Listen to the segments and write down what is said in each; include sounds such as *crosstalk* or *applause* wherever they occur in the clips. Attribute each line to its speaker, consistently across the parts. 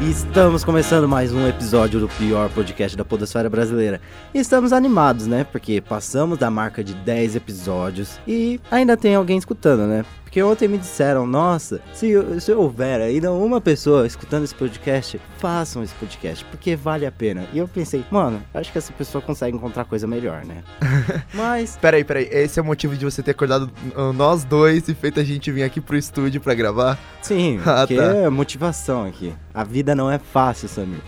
Speaker 1: Estamos começando mais um episódio do pior podcast da Podosfera Brasileira. E estamos animados, né? Porque passamos da marca de 10 episódios e ainda tem alguém escutando, né? Porque ontem me disseram, nossa, se, se houver ainda uma pessoa escutando esse podcast, façam esse podcast, porque vale a pena. E eu pensei, mano, acho que essa pessoa consegue encontrar coisa melhor, né? Mas
Speaker 2: Peraí, peraí, esse é o motivo de você ter acordado uh, nós dois e feito a gente vir aqui pro estúdio pra gravar?
Speaker 1: Sim,
Speaker 2: *laughs* Ah,
Speaker 1: porque
Speaker 2: tá.
Speaker 1: é motivação aqui. A vida não é fácil, Samir.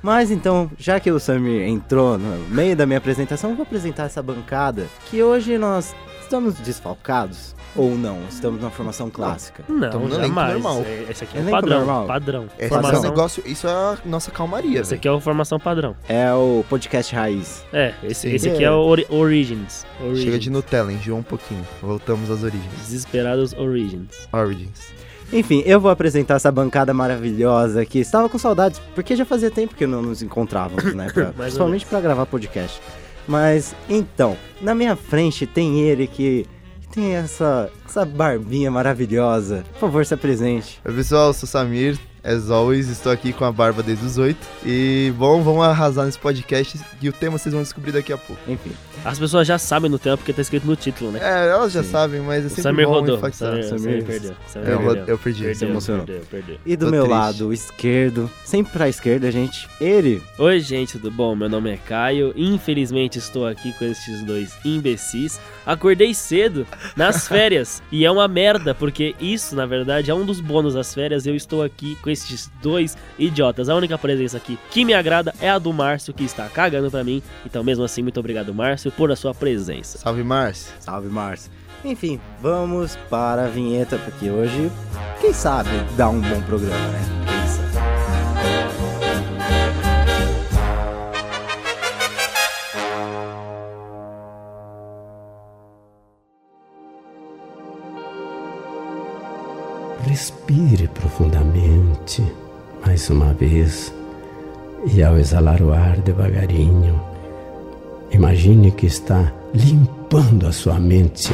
Speaker 1: Mas então, já que o Samir entrou no meio da minha apresentação, eu vou apresentar essa bancada, que hoje nós estamos desfalcados, ou não, estamos na formação clássica.
Speaker 2: Então,
Speaker 3: Não,
Speaker 2: no elenco
Speaker 3: jamais.
Speaker 2: normal.
Speaker 3: É- Esse aqui é
Speaker 1: Elenco
Speaker 3: padrão,
Speaker 1: normal.
Speaker 3: padrão.
Speaker 2: Esse é um
Speaker 3: formação,
Speaker 2: negócio, isso é a nossa calmaria, né?
Speaker 3: esse
Speaker 2: velho.
Speaker 3: aqui é o formação padrão.
Speaker 1: É o podcast raiz.
Speaker 3: É, esse,
Speaker 2: Sim.
Speaker 3: esse aqui é o ori Origins. Origins.
Speaker 2: Chega de Nutella, enjoou um pouquinho. Voltamos às origens.
Speaker 3: Desesperados Origins.
Speaker 2: Origins.
Speaker 1: Enfim, eu vou apresentar essa bancada maravilhosa aqui. Estava com saudades, porque já fazia tempo que não nos encontrávamos, né? Pra,
Speaker 3: Mais ou
Speaker 1: principalmente para gravar podcast. Mas, então, na minha frente tem ele que que tem essa, essa barbinha maravilhosa. Por favor, se apresente.
Speaker 2: Oi, pessoal, eu sou o Samir. As always, estou aqui com a barba desde os oito. E, bom, vamos arrasar nesse podcast e o tema vocês vão descobrir daqui a pouco.
Speaker 1: Enfim,
Speaker 3: As pessoas já sabem no tema porque tá escrito no título, né?
Speaker 2: É, elas já
Speaker 1: Sim.
Speaker 2: sabem, mas é
Speaker 3: o
Speaker 2: sempre
Speaker 3: Samir
Speaker 2: bom
Speaker 3: rodou. O
Speaker 2: enfatizar.
Speaker 3: Samir, o Samir
Speaker 1: Samir-
Speaker 3: perdeu. o Samir
Speaker 2: Eu,
Speaker 3: perdeu.
Speaker 2: ro- eu perdi.
Speaker 3: Perdeu,
Speaker 1: emocionou.
Speaker 3: perdeu, perdeu.
Speaker 1: e do
Speaker 2: Tô
Speaker 1: meu
Speaker 2: triste.
Speaker 1: lado esquerdo, sempre pra esquerda, gente, ele.
Speaker 3: Oi, gente, tudo bom? Meu nome é Caio. Infelizmente estou aqui com estes dois imbecis. Acordei cedo nas férias e é uma merda, porque isso, na verdade, é um dos bônus das férias. Eu estou aqui com estes dois idiotas. A única presença aqui que me agrada é a do Márcio, que está cagando pra mim. Então, mesmo assim, muito obrigado, Márcio, por a sua presença.
Speaker 2: Salve, Márcio.
Speaker 1: Salve, Márcio. Enfim, vamos para a vinheta, porque hoje, quem sabe, dá um bom programa, né? Quem sabe.
Speaker 4: Respire profundamente, mais uma vez, e ao exalar o ar devagarinho, imagine que está limpando a sua mente.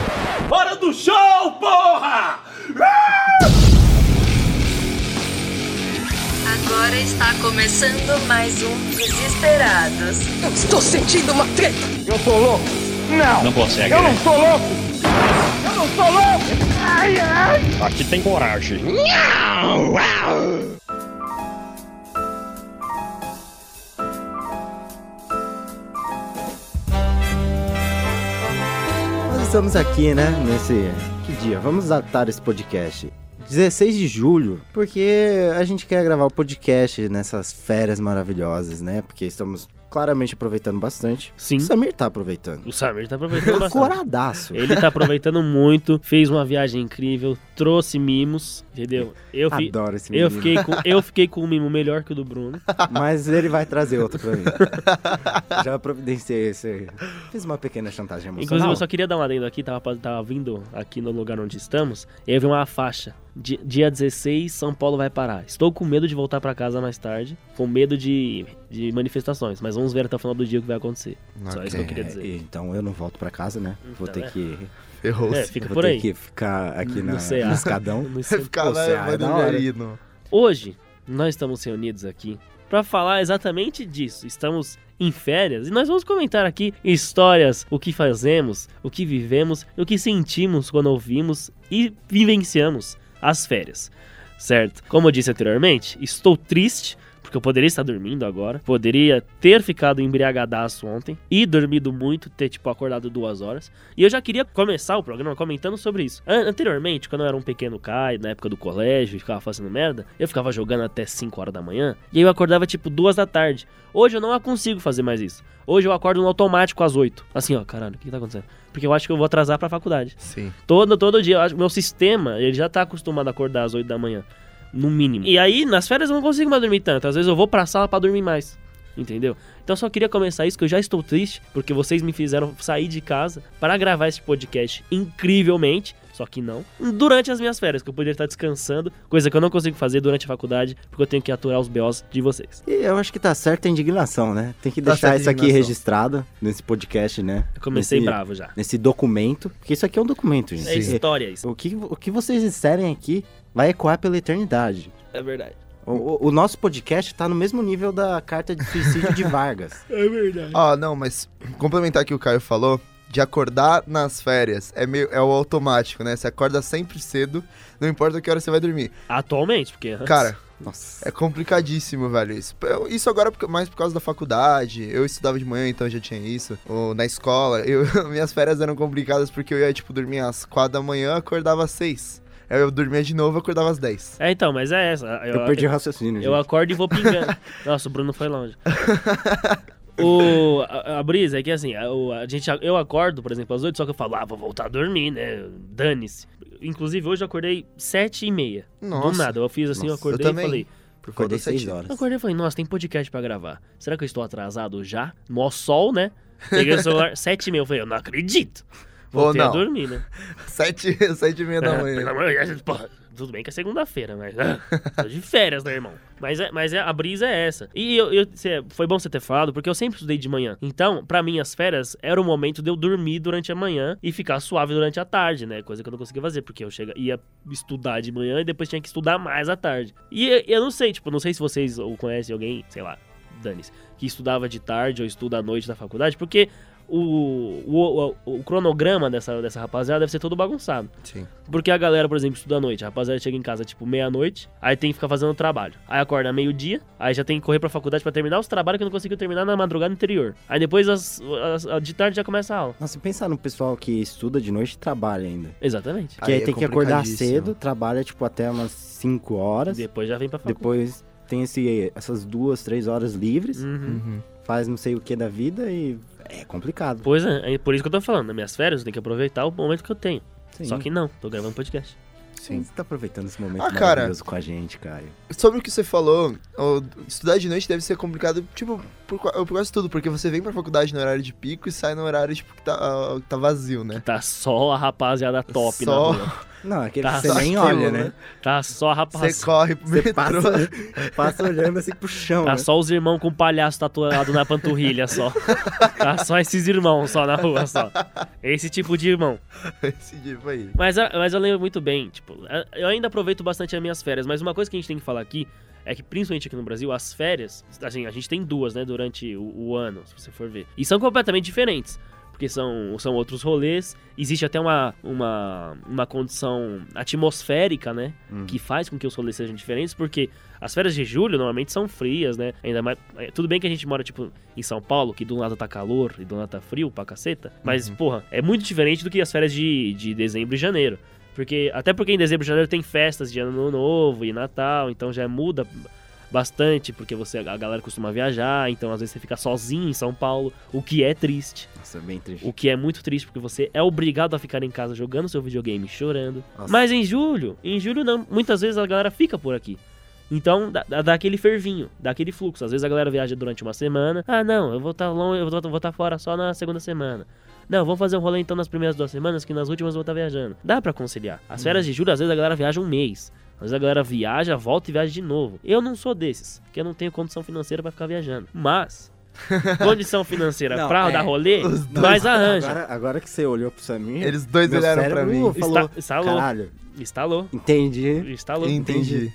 Speaker 5: Agora está começando mais um Desesperados.
Speaker 6: Estou sentindo uma treta.
Speaker 1: Nós estamos aqui, né? Nesse. Que dia? Vamos datar esse podcast. 16 de julho, porque a gente quer gravar o podcast nessas férias maravilhosas, né? Porque estamos claramente aproveitando bastante.
Speaker 3: Sim,
Speaker 1: O Samir tá aproveitando.
Speaker 3: o Samir tá aproveitando bastante.
Speaker 1: Coradaço.
Speaker 3: Ele tá aproveitando muito, fez uma viagem incrível, trouxe mimos, entendeu? Eu, fi-
Speaker 1: Adoro esse menino.
Speaker 3: eu, fiquei, com, eu fiquei com um mimo melhor que o do Bruno.
Speaker 1: *laughs* Mas ele vai trazer outro
Speaker 3: *laughs*
Speaker 1: pra mim. Já providenciei esse aí. Fiz uma pequena chantagem
Speaker 3: Inclusive,
Speaker 1: emocional.
Speaker 3: eu só queria dar um adendo aqui, tava, tava vindo aqui no lugar onde estamos, e eu vi uma faixa. Di- Dia 16, São Paulo vai parar. Estou com medo de voltar pra casa mais tarde, com medo de, de manifestações, mas vamos ver até o final do dia o que vai acontecer. Só isso que
Speaker 2: Ok.
Speaker 3: eu queria
Speaker 1: É,
Speaker 3: dizer.
Speaker 1: então eu não volto pra casa, né? vou
Speaker 3: Então,
Speaker 1: ter
Speaker 3: é.
Speaker 1: que.
Speaker 2: Ferrou-se.
Speaker 3: É, fica
Speaker 2: *laughs*
Speaker 1: vou
Speaker 3: por
Speaker 1: ter
Speaker 3: aí.
Speaker 1: que ficar aqui
Speaker 3: No
Speaker 1: na,
Speaker 3: CA.
Speaker 1: no escadão.
Speaker 3: Não sei-
Speaker 2: Ficar
Speaker 1: Pô,
Speaker 2: lá,
Speaker 1: você- ah, é da hora.
Speaker 2: Mandarino.
Speaker 3: Hoje, nós estamos reunidos aqui para falar exatamente disso. Estamos em férias e nós vamos comentar aqui histórias, o que fazemos, o que vivemos, e o que sentimos quando ouvimos e vivenciamos as férias. Certo? Como eu disse anteriormente, estou triste porque eu poderia estar dormindo agora, poderia ter ficado embriagadaço ontem e dormido muito, ter tipo acordado duas horas. E eu já queria começar o programa comentando sobre isso. An- anteriormente, quando eu era um pequeno Kai, na época do colégio, e ficava fazendo merda, eu ficava jogando até 5 horas da manhã, e aí eu acordava tipo 2 da tarde. Hoje eu não consigo fazer mais isso. Hoje eu acordo no automático às 8. Assim, ó, caralho, o que que tá acontecendo? Porque eu acho que eu vou atrasar pra faculdade.
Speaker 2: Sim.
Speaker 3: Todo, todo dia, eu acho, meu sistema, ele já tá acostumado a acordar às 8 da manhã, no mínimo. E aí, nas férias eu não consigo mais dormir tanto, às vezes eu vou pra sala pra dormir mais. Entendeu? Então eu só queria começar isso que eu já estou triste porque vocês me fizeram sair de casa para gravar esse podcast incrivelmente, só que não, durante as minhas férias, que eu poderia estar descansando, coisa que eu não consigo fazer durante a faculdade, porque eu tenho que aturar os BOs de vocês.
Speaker 1: E eu acho que tá certa a indignação, né? Tem que
Speaker 2: Tá
Speaker 1: deixar
Speaker 2: certa a
Speaker 1: isso aqui
Speaker 2: indignação.
Speaker 1: registrado nesse podcast, né?
Speaker 3: Eu comecei
Speaker 1: Nesse-
Speaker 3: bravo já.
Speaker 1: Nesse documento. Porque isso aqui é um documento,
Speaker 3: É
Speaker 1: gente.
Speaker 3: história isso.
Speaker 1: O que, o que vocês disserem aqui vai ecoar pela eternidade.
Speaker 3: É verdade.
Speaker 1: O- O, o nosso podcast tá no mesmo nível da carta de suicídio
Speaker 2: *laughs*
Speaker 1: de Vargas.
Speaker 3: É verdade.
Speaker 2: Ah, não, mas complementar que o Caio falou, de acordar nas férias é meio é o automático, né? Você acorda sempre cedo, não importa que hora você vai dormir.
Speaker 3: Atualmente, porque antes-
Speaker 2: Cara,
Speaker 1: Nossa.
Speaker 2: é complicadíssimo, velho, isso. Eu- Isso agora porque- mais por causa da faculdade. Eu estudava de manhã, então já tinha isso. Ou na escola, *laughs* eu- minhas férias eram complicadas porque eu ia tipo dormir às quatro da manhã, acordava às 6. Aí eu dormia de novo, acordava às 10.
Speaker 3: É, então, mas é essa.
Speaker 1: Eu, perdi o raciocínio,
Speaker 3: Eu
Speaker 1: gente.
Speaker 3: acordo e
Speaker 2: *laughs*
Speaker 3: vou pingando. Nossa, o Bruno foi longe. O, a, a brisa é que assim, a, o- a gente, eu acordo, por exemplo, às 8, só que eu falo, ah, vou voltar a dormir, né? Dane-se. Inclusive, hoje eu acordei 7 e meia.
Speaker 2: Nossa.
Speaker 3: Do nada, eu fiz assim, eu
Speaker 1: Nossa, eu
Speaker 3: acordei e
Speaker 2: também.
Speaker 3: falei.
Speaker 2: Por
Speaker 1: Acordei
Speaker 2: sete-
Speaker 1: seis horas.
Speaker 3: Eu acordei e falei, nossa, tem podcast pra gravar. Será que eu estou atrasado já? Mó
Speaker 2: *laughs*
Speaker 3: sol, né? Peguei o celular, 7 e meia. Eu falei, eu não acredito.
Speaker 2: Ou
Speaker 3: Voltei a
Speaker 2: não.
Speaker 3: dormir, né?
Speaker 2: *laughs* Sete, sete e meia da
Speaker 3: É, pelo
Speaker 2: manhã.
Speaker 3: amor de Deus, pô, tudo bem que é segunda-feira, mas ah, *laughs* tô de férias, né, irmão? Mas, é, mas é, a brisa é essa. E eu, eu- cê- foi bom você ter falado, porque eu sempre estudei de manhã. Então, pra mim, as férias era o momento de eu dormir durante a manhã e ficar suave durante a tarde, né? Coisa que eu não conseguia fazer, porque eu chega, ia estudar de manhã e depois tinha que estudar mais à tarde. E eu, eu não sei, tipo, não sei se vocês ou conhecem alguém, sei lá, dane-se, que estudava de tarde ou estuda à noite na faculdade, porque... O, o, o- o cronograma dessa, dessa rapaziada deve ser todo bagunçado.
Speaker 2: Sim.
Speaker 3: Porque a galera, por exemplo, estuda à noite. A rapaziada chega em casa, tipo, meia-noite, aí tem que ficar fazendo trabalho. Aí acorda meio-dia, aí já tem que correr pra faculdade pra terminar os trabalhos que não conseguiu terminar na madrugada anterior. Aí depois, as, as- a- de tarde, já começa a aula.
Speaker 1: Nossa, pensar no pessoal que estuda de noite e trabalha ainda.
Speaker 3: Exatamente.
Speaker 1: Porque aí,
Speaker 2: Aí é
Speaker 1: tem que acordar
Speaker 2: complicadíssimo.
Speaker 1: cedo, trabalha tipo até umas 5 horas.
Speaker 3: Depois já vem pra faculdade.
Speaker 1: Depois tem esse, essas duas, três horas livres.
Speaker 3: Uhum.
Speaker 2: Uhum.
Speaker 1: Faz não sei o que da vida e é complicado.
Speaker 3: Pois é, é por isso que eu tô falando. Nas minhas férias, eu tenho que aproveitar o momento que eu tenho.
Speaker 1: Sim.
Speaker 3: Só que não, tô gravando podcast.
Speaker 1: Sim. Você tá aproveitando esse momento
Speaker 2: Ah, cara.
Speaker 1: maravilhoso com a gente, Caio.
Speaker 2: Sobre o que você falou, o- estudar de noite deve ser complicado, tipo, por, qua- por quase tudo, porque você vem pra faculdade no horário de pico e sai no horário, tipo, que tá, ah, que tá vazio, né?
Speaker 3: Tá só a rapaziada top
Speaker 2: Só-
Speaker 3: na rua.
Speaker 1: Não, aquele
Speaker 3: Tá,
Speaker 1: que você nem
Speaker 2: só
Speaker 1: olha,
Speaker 2: aquilo,
Speaker 1: né?
Speaker 2: né?
Speaker 3: Tá só a
Speaker 2: Você
Speaker 3: rapaziada.
Speaker 2: corre pro
Speaker 1: Você
Speaker 2: metrô.
Speaker 1: passa, né? passa *laughs* olhando assim pro chão.
Speaker 3: Tá
Speaker 1: né?
Speaker 3: só os irmãos com palhaço tatuado na panturrilha só. Tá só esses irmãos só na rua só. Esse tipo de irmão.
Speaker 2: *laughs* Esse tipo aí.
Speaker 3: Mas, a- mas eu lembro muito bem, tipo, a- eu ainda aproveito bastante as minhas férias, mas uma coisa que a gente tem que falar aqui é que, principalmente aqui no Brasil, as férias, assim, a gente tem duas, né, durante o, o ano, se você for ver. E são completamente diferentes. Porque são, são outros rolês, existe até uma, uma, uma condição atmosférica, né?
Speaker 1: Uhum.
Speaker 3: Que faz com que os rolês sejam diferentes, porque as férias de julho normalmente são frias, né? Ainda mais. é, Tudo bem que a gente mora, tipo, em São Paulo, que de um lado tá calor e do lado tá frio pra caceta. Mas, porra, é muito diferente do que as férias de, de dezembro e janeiro. Porque. Até porque em dezembro e janeiro tem festas de ano novo e Natal, então já muda bastante, porque você a galera costuma viajar, então às vezes você fica sozinho em São Paulo, o que é triste.
Speaker 1: Nossa, bem triste.
Speaker 3: O que é muito triste, porque você é obrigado a ficar em casa jogando seu videogame, chorando.
Speaker 1: Nossa.
Speaker 3: Mas em julho, em julho não, muitas vezes a galera fica por aqui. Então dá, dá, dá aquele fervinho, dá aquele fluxo. Às vezes a galera viaja durante uma semana. Ah, não, eu vou estar longe, eu vou estar fora só na segunda semana. Não, vamos fazer um rolê então nas primeiras duas semanas, que nas últimas eu vou estar viajando. Dá pra conciliar.
Speaker 1: Uhum.
Speaker 3: As férias de julho, às vezes a galera viaja um mês. Às vezes a galera viaja, volta e viaja de novo. Eu não sou desses, porque eu não tenho condição financeira pra ficar viajando.
Speaker 1: *laughs*
Speaker 3: Mas, condição financeira
Speaker 1: Não,
Speaker 3: pra
Speaker 1: é.
Speaker 3: dar rolê,
Speaker 1: *laughs*
Speaker 3: mas arranja.
Speaker 1: Agora, agora que você olhou pro Samir,
Speaker 2: Eles dois
Speaker 1: meu
Speaker 2: olharam pra
Speaker 1: cérebro
Speaker 2: mim.
Speaker 1: falou,
Speaker 3: Está- está tá louco.
Speaker 1: caralho,
Speaker 3: Instalou,
Speaker 1: entendi.
Speaker 3: instalou.
Speaker 2: Entendi.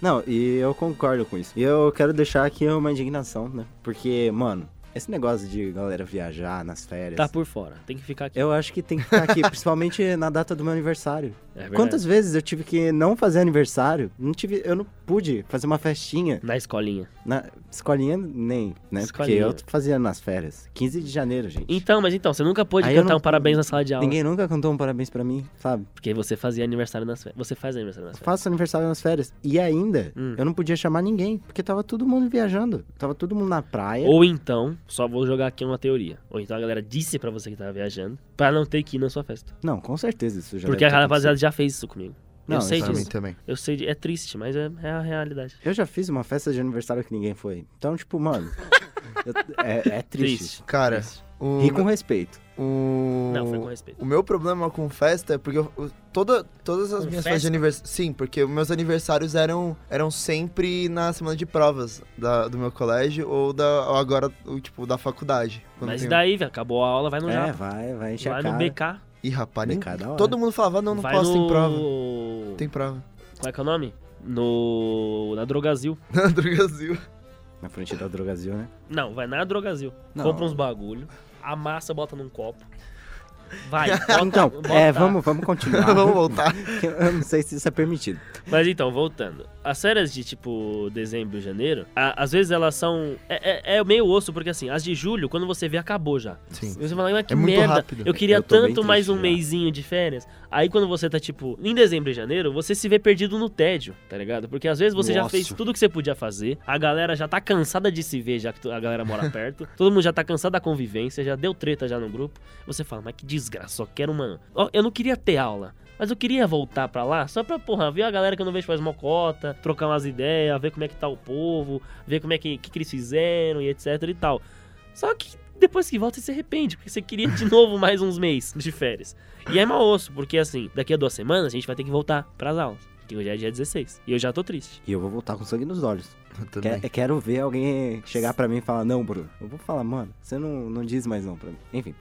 Speaker 1: Não, e eu concordo com isso. E eu quero deixar aqui uma indignação, né? Porque, mano, esse negócio de galera viajar nas férias...
Speaker 3: Tá por fora, tem que ficar aqui.
Speaker 1: Eu acho que tem que ficar aqui, *laughs* principalmente na data do meu aniversário.
Speaker 3: É verdade.
Speaker 1: Quantas vezes eu tive que não fazer aniversário? Não tive, eu não pude fazer uma festinha
Speaker 3: Na escolinha.
Speaker 1: na escolinha nem, né?
Speaker 3: Escolinha.
Speaker 1: Porque eu fazia nas férias. 15 de janeiro, gente.
Speaker 3: Então, mas então, você nunca pôde
Speaker 1: Aí eu
Speaker 3: cantar
Speaker 1: não-
Speaker 3: um parabéns na sala de aula.
Speaker 1: Ninguém nunca cantou um parabéns pra mim, sabe?
Speaker 3: Porque você fazia aniversário nas férias. Você faz aniversário nas
Speaker 1: Eu
Speaker 3: férias.
Speaker 1: faço aniversário nas férias. E ainda,
Speaker 3: Hum.
Speaker 1: eu não podia chamar ninguém, porque tava todo mundo viajando. Tava todo mundo na praia.
Speaker 3: Ou então, só vou jogar aqui uma teoria. Ou então a galera disse pra você que tava viajando pra não ter que ir na sua festa.
Speaker 1: Não, com certeza isso já
Speaker 3: Porque a
Speaker 1: deve ter
Speaker 3: rapaziada já fez isso comigo.
Speaker 1: Não,
Speaker 3: eu sei
Speaker 1: isso
Speaker 2: Pra
Speaker 1: Entendi.
Speaker 2: mim
Speaker 3: disso.
Speaker 2: também.
Speaker 3: Eu sei, de- é triste, mas é, é a realidade.
Speaker 1: acontecido. Eu já fiz uma festa de aniversário que ninguém foi. Então, tipo,
Speaker 3: *laughs*
Speaker 1: mano, eu- é, é triste.
Speaker 2: Cara,
Speaker 3: Triste.
Speaker 2: o.
Speaker 1: E com respeito.
Speaker 2: o...
Speaker 3: Não, foi com respeito.
Speaker 2: O meu problema com festa é porque eu, eu- toda, todas as
Speaker 3: Com
Speaker 2: minhas festas de
Speaker 3: festa?
Speaker 2: aniversário. Sim, porque os meus aniversários eram, eram sempre na semana de provas da- do meu colégio ou, da, ou agora, o, tipo, da faculdade. quando
Speaker 3: Mas e
Speaker 2: tem-
Speaker 3: daí, velho, acabou a aula, vai no
Speaker 1: É,
Speaker 3: Japa.
Speaker 1: vai, vai encher
Speaker 3: Vai
Speaker 1: a
Speaker 3: no
Speaker 1: cara.
Speaker 3: BK.
Speaker 2: Ih, rapaz,
Speaker 1: Bem
Speaker 2: nem-
Speaker 1: cada hora.
Speaker 2: todo mundo falava, não, não
Speaker 3: vai
Speaker 2: posso,
Speaker 3: no...
Speaker 2: tem prova. *laughs* Tem prova.
Speaker 3: Qual é que é o nome? no na Drogazil.
Speaker 2: Na Drogazil.
Speaker 1: Na frente da Drogazil, né?
Speaker 3: Não, vai na Drogazil.
Speaker 1: Não.
Speaker 3: Compra uns bagulho, amassa, bota num copo.
Speaker 1: *laughs*
Speaker 3: Vai, bota,
Speaker 1: Então,
Speaker 3: bota.
Speaker 1: é, vamos, *laughs* vamos
Speaker 3: Tá.
Speaker 1: continuar.
Speaker 2: *laughs* Vamos voltar.
Speaker 1: Eu não sei se isso é permitido.
Speaker 3: Mas então, voltando. As férias de tipo dezembro e janeiro, a- às vezes elas são. É, é- é meio osso, porque assim, as de julho, quando você vê, acabou já.
Speaker 2: *laughs* Sim.
Speaker 3: E você fala, mas que
Speaker 2: É muito
Speaker 3: merda.
Speaker 2: rápido.
Speaker 3: Eu queria
Speaker 1: Eu tô bem
Speaker 3: tanto mais
Speaker 1: triste
Speaker 3: um
Speaker 1: já.
Speaker 3: meizinho de férias. Aí quando você tá, tipo, em dezembro e janeiro, você se vê perdido no tédio, tá ligado? Porque às vezes você já
Speaker 1: Nossa.
Speaker 3: fez tudo que você podia fazer, a galera já tá cansada de se ver, já que tu- a galera mora perto, *laughs* todo mundo já tá cansado da convivência, já deu treta já no grupo. Você fala, mas que desgraça, só quero uma. Ó, Eu não queria ter aula. Mas eu queria voltar pra lá só pra, porra, ver a galera que eu não vejo faz mocota, trocar umas ideias, ver como é que tá o povo, ver como é que, que, que eles fizeram e etc e tal. Só que depois que volta, você se arrepende, porque você queria de *laughs* novo mais uns meses de férias. E é mau osso, porque assim, daqui a duas semanas a gente vai ter que voltar pras aulas. Que hoje é dia 16. E eu já tô triste.
Speaker 1: E eu vou voltar com sangue nos olhos.
Speaker 2: Eu
Speaker 1: Que-
Speaker 3: *laughs*
Speaker 2: também.
Speaker 1: eu quero ver alguém chegar pra mim e falar, não, Bruno. Eu vou falar, mano, você não, não diz mais não pra mim. Enfim.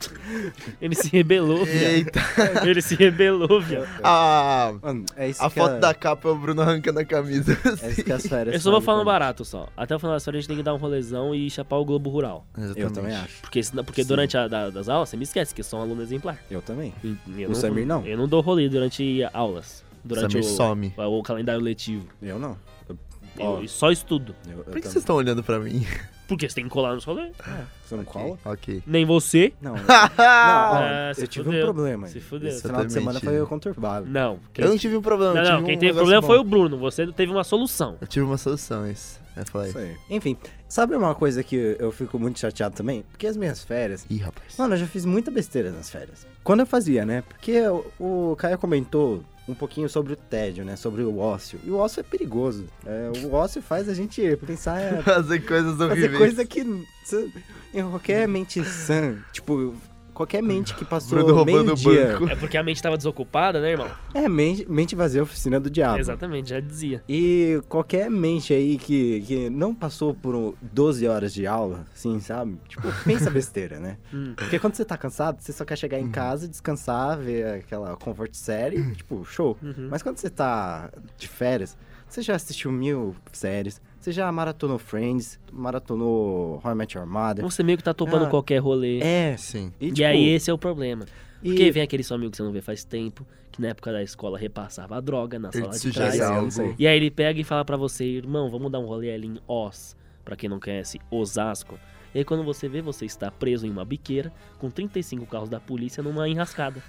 Speaker 3: Ele se rebelou, viado. *laughs*
Speaker 2: Eita.
Speaker 3: Ele se rebelou, viado.
Speaker 2: Ah,
Speaker 1: Mano, é isso
Speaker 2: a
Speaker 1: que
Speaker 2: foto
Speaker 1: é-
Speaker 2: da capa é o Bruno arrancando a camisa.
Speaker 1: É
Speaker 2: *laughs*
Speaker 1: isso que as férias
Speaker 3: Eu só vou
Speaker 1: fazem
Speaker 3: falando
Speaker 1: pra mim.
Speaker 3: barato só. Até o final da história a gente tem que dar um rolezão e chapar o Globo Rural.
Speaker 1: Eu também acho.
Speaker 3: Porque, senão- porque
Speaker 1: Sim.
Speaker 3: durante a da- das aulas você me esquece que eu sou um aluno exemplar.
Speaker 1: Eu também.
Speaker 3: E Eu
Speaker 1: O Samir não.
Speaker 3: Eu não dou rolê durante aulas. Durante
Speaker 2: Samir some.
Speaker 3: o, o calendário letivo.
Speaker 1: Eu não. Eu, ó,
Speaker 3: Eu só estudo.
Speaker 1: eu- eu
Speaker 2: Por que
Speaker 1: também.
Speaker 2: vocês estão olhando pra mim?
Speaker 3: Porque você tem que colar nos rolês.
Speaker 2: É.
Speaker 1: Você não cola?
Speaker 2: Ok.
Speaker 3: Nem você.
Speaker 1: *laughs* Não. eu- Não, ó,
Speaker 3: Ah, se
Speaker 1: eu tive
Speaker 3: fudeu.
Speaker 1: um problema.
Speaker 3: Se fudeu.
Speaker 1: Esse final de semana
Speaker 2: Exatamente.
Speaker 1: foi conturbado.
Speaker 3: Não. Quem,
Speaker 2: Eu não tive um problema. eu
Speaker 3: não, não,
Speaker 2: tive
Speaker 3: quem
Speaker 2: um
Speaker 3: teve
Speaker 2: negócio
Speaker 3: problema
Speaker 2: bom.
Speaker 3: foi o Bruno. Você teve uma solução.
Speaker 2: Eu tive uma solução, isso. Eu falei.
Speaker 1: Isso aí. Enfim, sabe uma coisa que eu fico muito chateado também? Porque as minhas férias.
Speaker 2: Ih, rapaz.
Speaker 1: Mano, eu já fiz muita besteira nas férias. Quando eu fazia, né? Porque o, o Caio comentou um pouquinho sobre o tédio, né? Sobre o ócio. E o ócio é perigoso. É, o ócio faz a gente pensar.
Speaker 2: *laughs*
Speaker 1: é,
Speaker 2: *laughs* Fazer coisas
Speaker 1: fazer
Speaker 2: horríveis.
Speaker 1: coisa que. cê- em Qualquer mente sã. Tipo, qualquer mente que
Speaker 2: Bruno
Speaker 1: passou
Speaker 2: roubando
Speaker 1: meio
Speaker 2: o
Speaker 1: dia.
Speaker 2: banco.
Speaker 3: É porque a mente tava desocupada, né, irmão?
Speaker 1: É, mente, mente vazia é a oficina do diabo.
Speaker 3: Exatamente, já dizia.
Speaker 1: E qualquer mente aí que, que não passou por um- 12 horas de aula, assim, sabe?
Speaker 3: *laughs*
Speaker 1: Tipo, pensa besteira, né?
Speaker 3: Hum.
Speaker 1: Porque quando você tá cansado, você só quer chegar em casa, descansar, ver aquela comfort série, tipo, show.
Speaker 3: Uhum.
Speaker 1: Mas quando você tá de férias, você já assistiu mil séries, você já maratonou Friends, maratonou How I Met Your Mother.
Speaker 3: Você meio que tá topando
Speaker 1: Ah,
Speaker 3: qualquer rolê.
Speaker 1: É,
Speaker 2: Sim.
Speaker 1: e,
Speaker 3: E,
Speaker 1: tipo,
Speaker 3: aí esse é o problema.
Speaker 1: e-
Speaker 3: Porque vem aquele seu amigo que você não vê faz tempo, que na época da escola repassava a droga na
Speaker 2: Ele
Speaker 3: sala
Speaker 2: te
Speaker 3: de
Speaker 1: sugere
Speaker 3: trás.
Speaker 2: sugere
Speaker 1: eu não
Speaker 2: algo.
Speaker 1: sei.
Speaker 3: E aí ele pega e fala pra você, irmão, vamos dar um rolê ali em Oz, pra quem não conhece Osasco. E aí quando você vê, você está preso em uma biqueira com 35 carros da polícia
Speaker 1: *laughs*
Speaker 3: numa enrascada.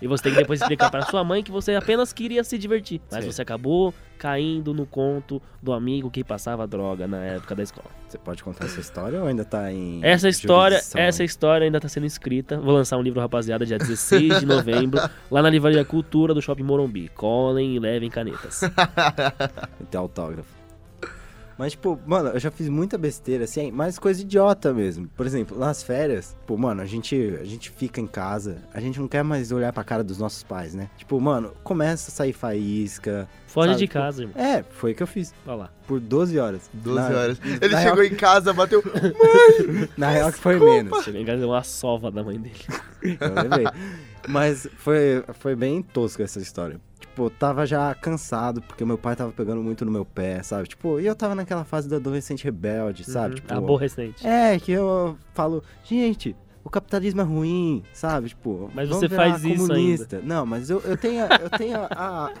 Speaker 3: e você tem que depois explicar pra sua mãe que você apenas queria se divertir, mas
Speaker 1: Sim.
Speaker 3: você acabou caindo no conto do amigo que passava droga na época da escola.
Speaker 1: Você pode contar essa história ou ainda tá em.
Speaker 3: Essa história,
Speaker 1: jurisdição,
Speaker 3: essa
Speaker 1: hein?
Speaker 3: história ainda tá sendo escrita. Vou lançar um livro, rapaziada, dia 16
Speaker 1: *laughs*
Speaker 3: de novembro, lá na Livraria Cultura do Shopping Morumbi. Colhem e
Speaker 1: *laughs*
Speaker 3: levem canetas.
Speaker 1: Até autógrafo. Mas, tipo, mano, eu já fiz muita besteira, assim, mas coisa idiota mesmo. Por exemplo, nas férias, tipo, mano, a gente, a gente fica em casa, a gente não quer mais olhar pra cara dos nossos pais, né? Tipo, mano, começa a sair faísca.
Speaker 3: Foge
Speaker 1: Sabe,
Speaker 3: de
Speaker 1: tipo,
Speaker 3: casa, irmão.
Speaker 1: É, foi o que eu fiz.
Speaker 3: Olha lá.
Speaker 1: Por 12 horas.
Speaker 2: 12
Speaker 1: Na-
Speaker 2: horas. Ele
Speaker 1: na
Speaker 2: chegou em casa,
Speaker 3: *laughs*
Speaker 2: bateu.
Speaker 1: Na real que foi menos.
Speaker 3: Chegou em casa e deu tá É uma sova da mãe dele.
Speaker 1: Eu lembrei. Mas foi, foi bem tosca essa história. Tipo, eu tava já cansado, porque meu pai tava pegando muito no meu pé, sabe? Tipo, e eu tava naquela fase do adolescente rebelde, sabe?
Speaker 3: Uhum.
Speaker 1: Tipo,
Speaker 3: Aborrecente.
Speaker 1: É, que eu falo, gente, o capitalismo é ruim, sabe? Tipo,
Speaker 3: Mas
Speaker 1: vamos
Speaker 3: você
Speaker 1: virar
Speaker 3: faz isso
Speaker 1: comunista. Não, mas eu, eu tenho, a- eu tenho a, a-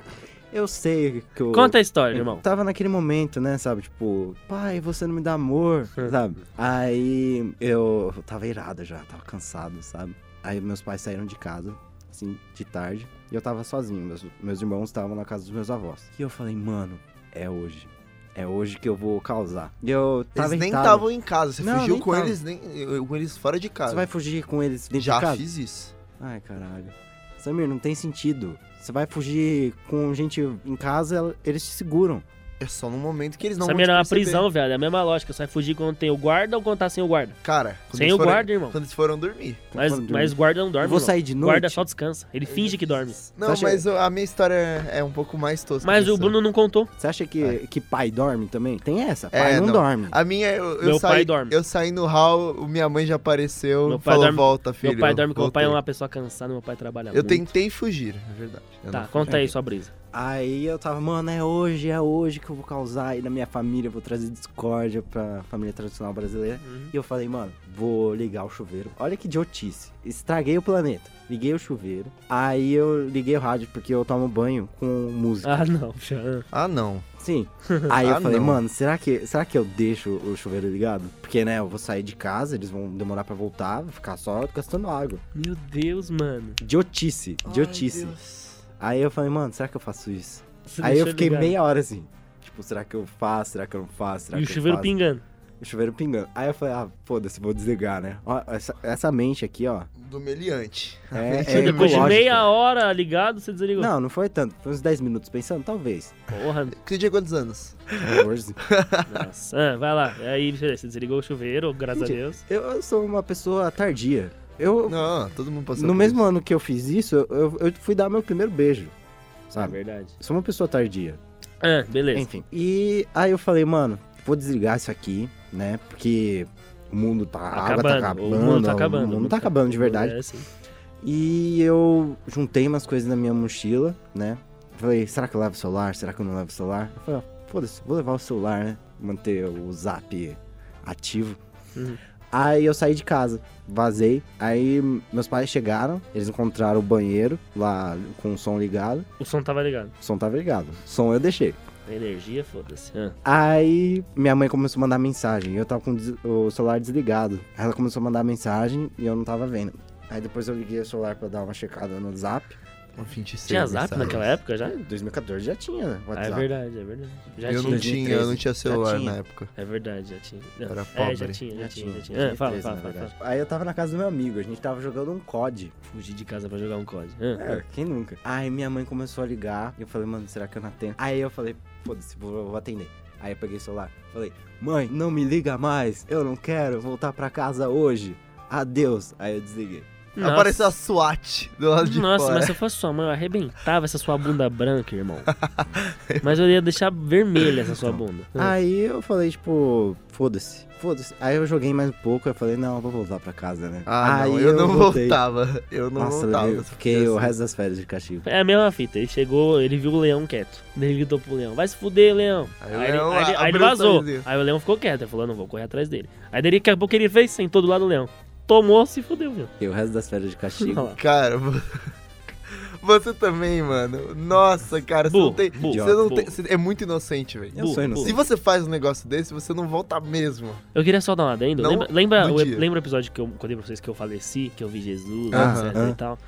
Speaker 1: eu sei que eu
Speaker 3: Conta a história,
Speaker 1: eu
Speaker 3: irmão.
Speaker 1: Tava naquele momento, né, sabe? Tipo, pai, você não me dá amor,
Speaker 3: Hum.
Speaker 1: sabe? Aí eu tava irado já, tava cansado, sabe? Aí meus pais saíram de casa, assim, de tarde, e eu tava sozinho. Meus, meus irmãos estavam na casa dos meus avós. E eu falei, mano, é hoje. É hoje que eu vou causar. E eu tava
Speaker 2: Eles nem
Speaker 1: irritado.
Speaker 2: estavam em casa. Você
Speaker 1: Não,
Speaker 2: fugiu
Speaker 1: nem
Speaker 2: com
Speaker 1: tava.
Speaker 2: eles, nem, eu- com eles fora de casa.
Speaker 1: Você vai fugir com eles dentro
Speaker 2: Já
Speaker 1: de casa?
Speaker 2: fiz isso.
Speaker 1: Ai, caralho. Samir, não tem sentido. Você vai fugir com gente em casa, ela- eles te seguram.
Speaker 2: É só no momento que eles não
Speaker 3: Essa
Speaker 2: vão te
Speaker 3: merda é uma
Speaker 2: perceber.
Speaker 3: prisão, velho. É a mesma lógica. Você vai fugir quando tem o guarda ou quando tá sem o guarda.
Speaker 2: Cara, quando
Speaker 3: sem
Speaker 2: eles
Speaker 3: o
Speaker 2: foram-
Speaker 3: guarda, irmão.
Speaker 2: Quando eles foram dormir.
Speaker 3: Mas,
Speaker 1: Então, Quando-
Speaker 3: mas guarda não dorme,
Speaker 1: Vou
Speaker 3: irmão.
Speaker 1: sair de noite.
Speaker 3: Guarda só descansa. Ele finge que dorme.
Speaker 2: Não,
Speaker 1: Você acha-
Speaker 2: mas eu- a minha história é um pouco mais tosca.
Speaker 3: Mas
Speaker 2: que
Speaker 3: o
Speaker 2: essa.
Speaker 3: Bruno não contou.
Speaker 1: Você acha que,
Speaker 2: É.
Speaker 1: que pai dorme também? Tem essa,
Speaker 2: É,
Speaker 1: pai não,
Speaker 2: não.
Speaker 1: dorme.
Speaker 2: A minha, eu, eu
Speaker 3: Meu
Speaker 2: saí,
Speaker 3: pai dorme.
Speaker 2: Eu saí no hall, o- minha mãe já apareceu,
Speaker 3: Meu pai
Speaker 2: falou,
Speaker 3: dorme-
Speaker 2: volta, filho.
Speaker 3: meu pai dorme,
Speaker 2: eu
Speaker 3: porque meu pai é
Speaker 2: voltei."
Speaker 3: uma pessoa cansada, meu pai trabalha
Speaker 2: Eu
Speaker 3: muito.
Speaker 2: tentei fugir, é verdade. Eu
Speaker 3: Tá,
Speaker 2: não-
Speaker 3: conta aí sua brisa.
Speaker 1: Aí eu tava, mano, é hoje, é hoje que eu vou causar aí na minha família, eu vou trazer discórdia pra família tradicional brasileira.
Speaker 3: Uhum.
Speaker 1: E eu falei, mano, vou ligar o chuveiro. Olha que idiotice. Estraguei o planeta. Liguei o chuveiro. Aí eu liguei o rádio, porque eu tomo banho com música.
Speaker 3: Ah, não, Jean.
Speaker 2: Ah, não.
Speaker 1: Sim. Aí eu
Speaker 2: Ah,
Speaker 1: falei,
Speaker 2: não.
Speaker 1: mano, será que, será que eu deixo o chuveiro ligado? Porque, né, eu vou sair de casa, eles vão demorar pra voltar, vou ficar só gastando água.
Speaker 3: *laughs* Meu Deus, mano.
Speaker 1: Idiotice, idiotice. Aí eu falei, mano, será que eu faço isso?
Speaker 3: Você
Speaker 1: Aí eu
Speaker 3: deixou
Speaker 1: fiquei
Speaker 3: ligado.
Speaker 1: meia hora assim. Tipo, será que eu faço? Será que eu não faço? Será
Speaker 3: E o
Speaker 1: que eu
Speaker 3: chuveiro
Speaker 1: faço?
Speaker 3: pingando.
Speaker 1: E O chuveiro pingando. Aí eu falei, ah, foda-se, vou desligar, né? Ó, essa, essa mente aqui,
Speaker 3: *laughs*
Speaker 1: ó.
Speaker 2: Do meliante.
Speaker 1: É,
Speaker 3: Você
Speaker 1: é
Speaker 3: depois de
Speaker 1: ecológica.
Speaker 3: meia hora assim. ligado, você desligou.
Speaker 1: Não, não foi tanto. Foi uns 10 minutos pensando,
Speaker 3: *laughs*
Speaker 1: talvez.
Speaker 3: Porra,
Speaker 2: Você tinha quantos anos?
Speaker 1: 14.
Speaker 3: nossa. Ah, vai lá. Aí você desligou o chuveiro, graças a
Speaker 1: Gente,
Speaker 3: Deus.
Speaker 1: eu, eu sou uma pessoa tardia. Eu,
Speaker 2: Não, ah, todo mundo passou
Speaker 1: no
Speaker 2: por
Speaker 1: mesmo ano que eu fiz isso, eu- eu, eu fui dar meu primeiro beijo.
Speaker 3: É
Speaker 1: Sabe? Então,
Speaker 3: verdade.
Speaker 1: Sou uma pessoa tardia.
Speaker 3: Ah, beleza.
Speaker 1: Enfim. E aí eu falei, mano, vou desligar isso aqui, né? Porque o mundo tá. A água tá acabando.
Speaker 3: o mundo tá acabando.
Speaker 1: O mundo tá acabando de verdade.
Speaker 3: É, sim.
Speaker 1: E eu juntei umas coisas na minha mochila, né? Falei, será que eu levo o celular? Será que eu não levo o celular? Eu falei, ó, foda-se, vou levar o celular, né? Manter o zap ativo.
Speaker 3: Uhum.
Speaker 1: Aí eu saí de casa, vazei. Aí meus pais chegaram, eles encontraram o banheiro lá com o som ligado.
Speaker 3: O som tava ligado.
Speaker 1: O som tava ligado. O som eu deixei.
Speaker 3: A energia, foda-se. Ah,
Speaker 1: Aí minha mãe começou a mandar mensagem. Eu tava com o des- o celular desligado. Ela começou a mandar mensagem e eu não tava vendo. Aí depois eu liguei o celular pra dar uma checada no zap.
Speaker 2: isso. Um 26
Speaker 3: tinha zap
Speaker 2: mensagens.
Speaker 3: naquela época já?
Speaker 1: 2014 já tinha né,
Speaker 3: Ah, é
Speaker 1: WhatsApp.
Speaker 3: verdade, é verdade. Já
Speaker 2: Eu
Speaker 3: tinha.
Speaker 2: não
Speaker 1: 2013.
Speaker 2: tinha, eu não tinha celular
Speaker 1: tinha.
Speaker 2: na época.
Speaker 3: É verdade, já tinha. Não,
Speaker 2: Era
Speaker 3: É, já
Speaker 2: pobre.
Speaker 3: tinha, já, tinha, já tinha. Ah,
Speaker 1: 2013,
Speaker 3: fala,
Speaker 1: na
Speaker 3: fala, fala,
Speaker 1: verdade.
Speaker 3: fala.
Speaker 1: Aí eu tava na casa do meu amigo, a gente tava jogando um COD.
Speaker 3: Fugir de casa pra jogar um COD. Ah,
Speaker 1: É, quem nunca? Aí minha mãe começou a ligar e eu falei, mano, será que eu não atendo? Aí eu falei, foda-se, vou, vou atender. Aí eu peguei o celular, falei, mãe, não me liga mais, eu não quero voltar pra casa hoje. Adeus. Aí eu desliguei.
Speaker 3: Nossa.
Speaker 2: É, Apareceu a SWAT do lado de
Speaker 3: Nossa,
Speaker 2: fora.
Speaker 3: mas se eu fosse sua mãe, eu arrebentava essa sua bunda
Speaker 2: *laughs*
Speaker 3: branca, irmão. mas eu ia deixar vermelha essa sua bunda. Ah,
Speaker 1: Aí eu falei, tipo, foda-se, foda-se. Aí eu joguei mais um pouco, eu falei, não, eu vou voltar pra casa, né?
Speaker 2: Ah,
Speaker 1: Aí
Speaker 2: não, eu, não
Speaker 1: voltei.
Speaker 2: voltava. Eu não
Speaker 1: Nossa,
Speaker 2: voltava.
Speaker 1: eu
Speaker 2: se
Speaker 1: fiquei
Speaker 2: fizesse
Speaker 1: o
Speaker 2: isso.
Speaker 1: resto das férias de castigo.
Speaker 3: É a mesma fita. Ele chegou, ele viu o leão quieto. Daí Ele gritou pro leão: Vai se fuder, leão.
Speaker 2: Aí o
Speaker 3: ele-
Speaker 2: leão
Speaker 3: aí ele, aí ele
Speaker 2: abriu o
Speaker 3: vazou.
Speaker 2: sorrisinho.
Speaker 3: Aí o leão ficou quieto. Ele falou: "Ah, Não vou correr atrás dele. Aí daí, daqui a pouco ele fez, sentou do lado do leão. Tomou, se fudeu, viu?
Speaker 1: Fiquei o resto das férias de
Speaker 3: Olha
Speaker 1: castigo.
Speaker 3: lá.
Speaker 2: Cara, vo- você também, mano. Nossa, cara, você
Speaker 3: Burro,
Speaker 2: não tem.
Speaker 3: burro,
Speaker 2: você não
Speaker 3: burro.
Speaker 2: tem. você é muito inocente, velho.
Speaker 1: Eu sou
Speaker 3: Burro, burro.
Speaker 2: Se você faz um negócio desse, você não volta mesmo.
Speaker 3: Eu queria só dar uma adendo.
Speaker 2: Não
Speaker 3: lembra, lembra,
Speaker 2: do
Speaker 3: o,
Speaker 2: dia.
Speaker 3: lembra o episódio que eu contei pra vocês que eu faleci, que eu vi Jesus,
Speaker 1: Aham,
Speaker 3: etc
Speaker 1: aham.
Speaker 3: e tal?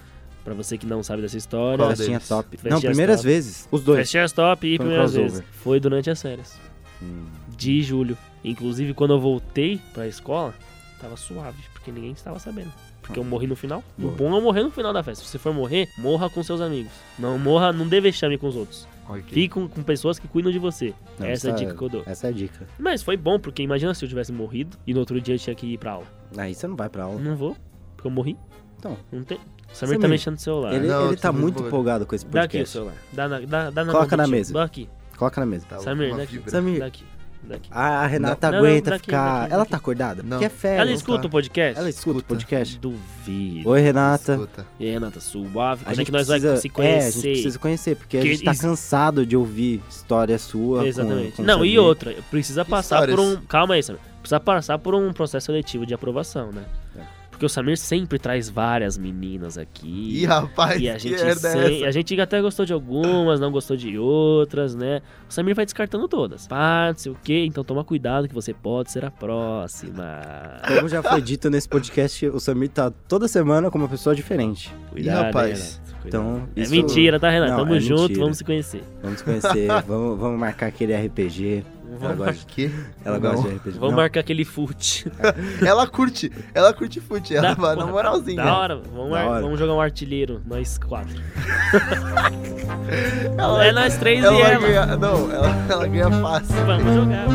Speaker 3: Pra você que não sabe dessa história.
Speaker 2: Qual
Speaker 1: Festinha
Speaker 2: deles?
Speaker 1: top.
Speaker 3: Festinha
Speaker 1: não, primeiras
Speaker 3: top.
Speaker 1: vezes. Os dois.
Speaker 3: Fechei as top e
Speaker 1: Foi um
Speaker 3: primeiras
Speaker 1: crossover.
Speaker 3: vezes. Foi durante as férias.
Speaker 1: Hum.
Speaker 3: De julho. Inclusive, quando eu voltei pra escola, tava suave, porque ninguém estava sabendo. Porque eu morri no final. O
Speaker 1: Boa.
Speaker 3: bom é morrer no final da festa. Se você for morrer, morra com seus amigos.
Speaker 1: É.
Speaker 3: Não morra, não dê vexame com os outros. Fique com, com pessoas que cuidam de você.
Speaker 1: Não,
Speaker 3: Essa é
Speaker 1: essa-
Speaker 3: a dica que eu dou.
Speaker 1: Essa é a dica.
Speaker 3: Mas foi bom, porque imagina se eu tivesse morrido e no outro dia eu tinha que ir pra aula.
Speaker 1: Aí você não vai pra aula.
Speaker 3: Não vou, porque eu morri.
Speaker 1: Então.
Speaker 3: Não tem. O Samir tá
Speaker 1: Samir,
Speaker 3: mexendo no celular.
Speaker 1: ele
Speaker 2: Não,
Speaker 1: ele
Speaker 2: você
Speaker 1: tá
Speaker 2: não
Speaker 1: muito
Speaker 2: vai.
Speaker 1: empolgado com esse
Speaker 3: Dá aqui o
Speaker 1: podcast.
Speaker 3: celular. Dá na, dá, dá na
Speaker 1: Coloca
Speaker 3: mão do
Speaker 1: na
Speaker 3: tio.
Speaker 1: mesa.
Speaker 3: Dá aqui.
Speaker 1: Coloca na mesa.
Speaker 2: Tá,
Speaker 3: Samir,
Speaker 2: uma
Speaker 3: daqui.
Speaker 2: fibra.
Speaker 1: Samir,
Speaker 3: Dá aqui. Dá aqui.
Speaker 1: a Renata
Speaker 3: Não, não,
Speaker 1: aguenta
Speaker 3: daqui,
Speaker 1: ficar.
Speaker 3: daqui,
Speaker 1: ela
Speaker 3: daqui.
Speaker 1: tá acordada?
Speaker 2: Não.
Speaker 1: Porque é férias.
Speaker 3: Ela escuta o podcast?
Speaker 1: Ela escuta o
Speaker 2: Escuta.
Speaker 1: podcast?
Speaker 3: Duvido.
Speaker 1: Oi, Renata.
Speaker 2: Escuta.
Speaker 3: E aí, Renata, suave.
Speaker 1: A
Speaker 3: Quando é
Speaker 1: gente
Speaker 3: que nós
Speaker 1: precisa,
Speaker 3: vamos se
Speaker 1: É, a gente
Speaker 3: conhecer?
Speaker 1: precisa conhecer, porque
Speaker 3: Que
Speaker 1: a gente tá
Speaker 3: isso-
Speaker 1: cansado de ouvir história sua. com-
Speaker 3: Exatamente.
Speaker 1: com
Speaker 3: Não, e
Speaker 1: Samir.
Speaker 3: outra, precisa
Speaker 2: Que
Speaker 3: passar por um.
Speaker 2: histórias?
Speaker 3: Calma aí, Samir. Precisa passar por um processo seletivo de aprovação, né?
Speaker 1: É.
Speaker 3: Porque o Samir sempre traz várias meninas aqui.
Speaker 2: Ih, rapaz,
Speaker 3: E a
Speaker 2: que
Speaker 3: gente,
Speaker 2: merda
Speaker 3: sem-
Speaker 2: é essa?
Speaker 3: a gente até gostou de algumas, não gostou de outras, né? O Samir vai descartando todas. Pá, não sei o quê. Então toma cuidado que você pode ser a próxima.
Speaker 1: Como já foi dito nesse podcast, o Samir tá toda semana com uma pessoa diferente.
Speaker 3: Cuidado, hein,
Speaker 2: rapaz?
Speaker 3: Renato, cuidado.
Speaker 1: Então,
Speaker 3: É
Speaker 1: isso-
Speaker 3: mentira, tá, Renato?
Speaker 1: Não,
Speaker 3: Tamo
Speaker 1: é
Speaker 3: junto,
Speaker 1: mentira.
Speaker 3: vamos se conhecer.
Speaker 1: Vamos conhecer, vamos, vamos marcar aquele RPG. Ela
Speaker 2: *laughs*
Speaker 1: gosta,
Speaker 2: Que?
Speaker 1: ela
Speaker 2: Não.
Speaker 1: gosta de RPG.
Speaker 3: Vamos
Speaker 1: Não,
Speaker 3: marcar aquele fute.
Speaker 1: *laughs*
Speaker 2: Ela curte, ela curte fute, ela
Speaker 3: Da-
Speaker 2: vai na
Speaker 3: porra,
Speaker 2: moralzinha.
Speaker 3: Da hora, vamos,
Speaker 1: Da
Speaker 3: ar-
Speaker 1: hora.
Speaker 3: vamos jogar um artilheiro, nós quatro.
Speaker 2: Ela-
Speaker 3: é nós três
Speaker 2: Ela
Speaker 3: e
Speaker 2: vai
Speaker 3: ela.
Speaker 2: ganhar. Não, ela, ela
Speaker 3: *laughs*
Speaker 2: ganha fácil.
Speaker 3: Vamos jogar.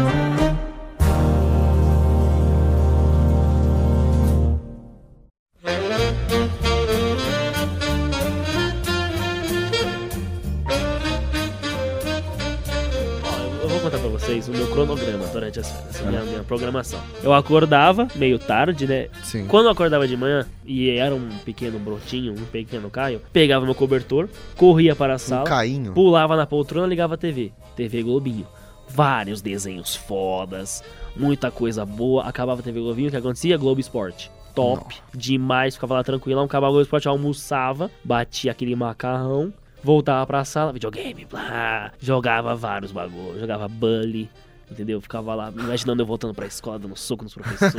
Speaker 3: Ó, eu- eu vou contar pra vocês vocês o meu cronograma durante as férias, a minha, minha programação. Eu acordava meio tarde, né?
Speaker 2: Sim.
Speaker 3: Quando eu acordava de manhã e era um pequeno brotinho, um pequeno Caio, pegava meu cobertor, corria para a
Speaker 2: Um
Speaker 3: sala,
Speaker 2: cainho.
Speaker 3: Pulava na poltrona, ligava a TV. TV Globinho. Vários desenhos fodas, muita coisa boa. Acabava a TV Globinho, o que acontecia? Globo Esporte. Top, demais, ficava lá tranquilão. Acabava o Globo Esporte, almoçava, batia aquele macarrão, voltava pra sala, videogame, blá. Jogava vários bagulho, jogava bully. Entendeu? Ficava lá imaginando eu voltando pra escola, dando soco nos professores,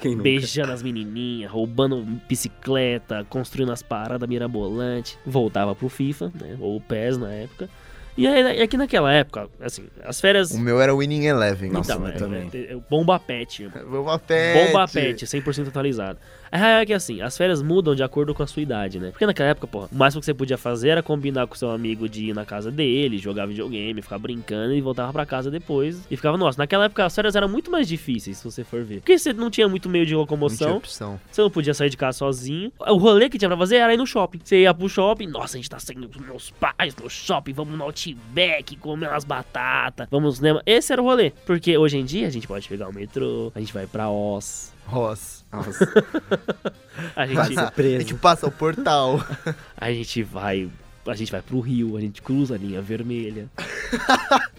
Speaker 1: Quem nunca?
Speaker 3: beijando as menininhas, roubando bicicleta, construindo as paradas mirabolantes. Voltava pro FIFA, né? Ou o PES na época. E aí, é que naquela época, assim, as férias.
Speaker 2: O meu era Winning Eleven.
Speaker 1: Hum, Nossa,
Speaker 3: então,
Speaker 1: mas
Speaker 3: é,
Speaker 1: também.
Speaker 3: é, é, bomba pet, irmão.
Speaker 2: Bomba Pet.
Speaker 3: Bomba pet, 100% atualizado. A real é que assim, as férias mudam de acordo com a sua idade, né? Porque naquela época, porra, o máximo que você podia fazer era combinar com seu amigo de ir na casa dele, jogar videogame, ficar brincando e voltava pra casa depois. E ficava, nossa, naquela época as férias eram muito mais difíceis, se você for ver. Porque você não tinha muito meio de
Speaker 2: Não tinha
Speaker 3: locomoção.
Speaker 2: opção.
Speaker 3: Você não podia sair de casa sozinho. O rolê que tinha pra fazer era ir no shopping. Você ia pro shopping, nossa, a gente tá saindo com meus pais no shopping, vamos no Outback, comer umas batatas, vamos no cinema. Esse era o rolê. Porque hoje em dia a gente pode pegar o metrô, a gente vai pra Oz,
Speaker 2: Ross.
Speaker 1: Nossa,
Speaker 3: a
Speaker 1: vai
Speaker 3: gente,
Speaker 1: ser
Speaker 2: A
Speaker 1: preso.
Speaker 2: gente passa o portal.
Speaker 3: a gente vai... A gente vai pro Rio, a gente cruza a linha vermelha.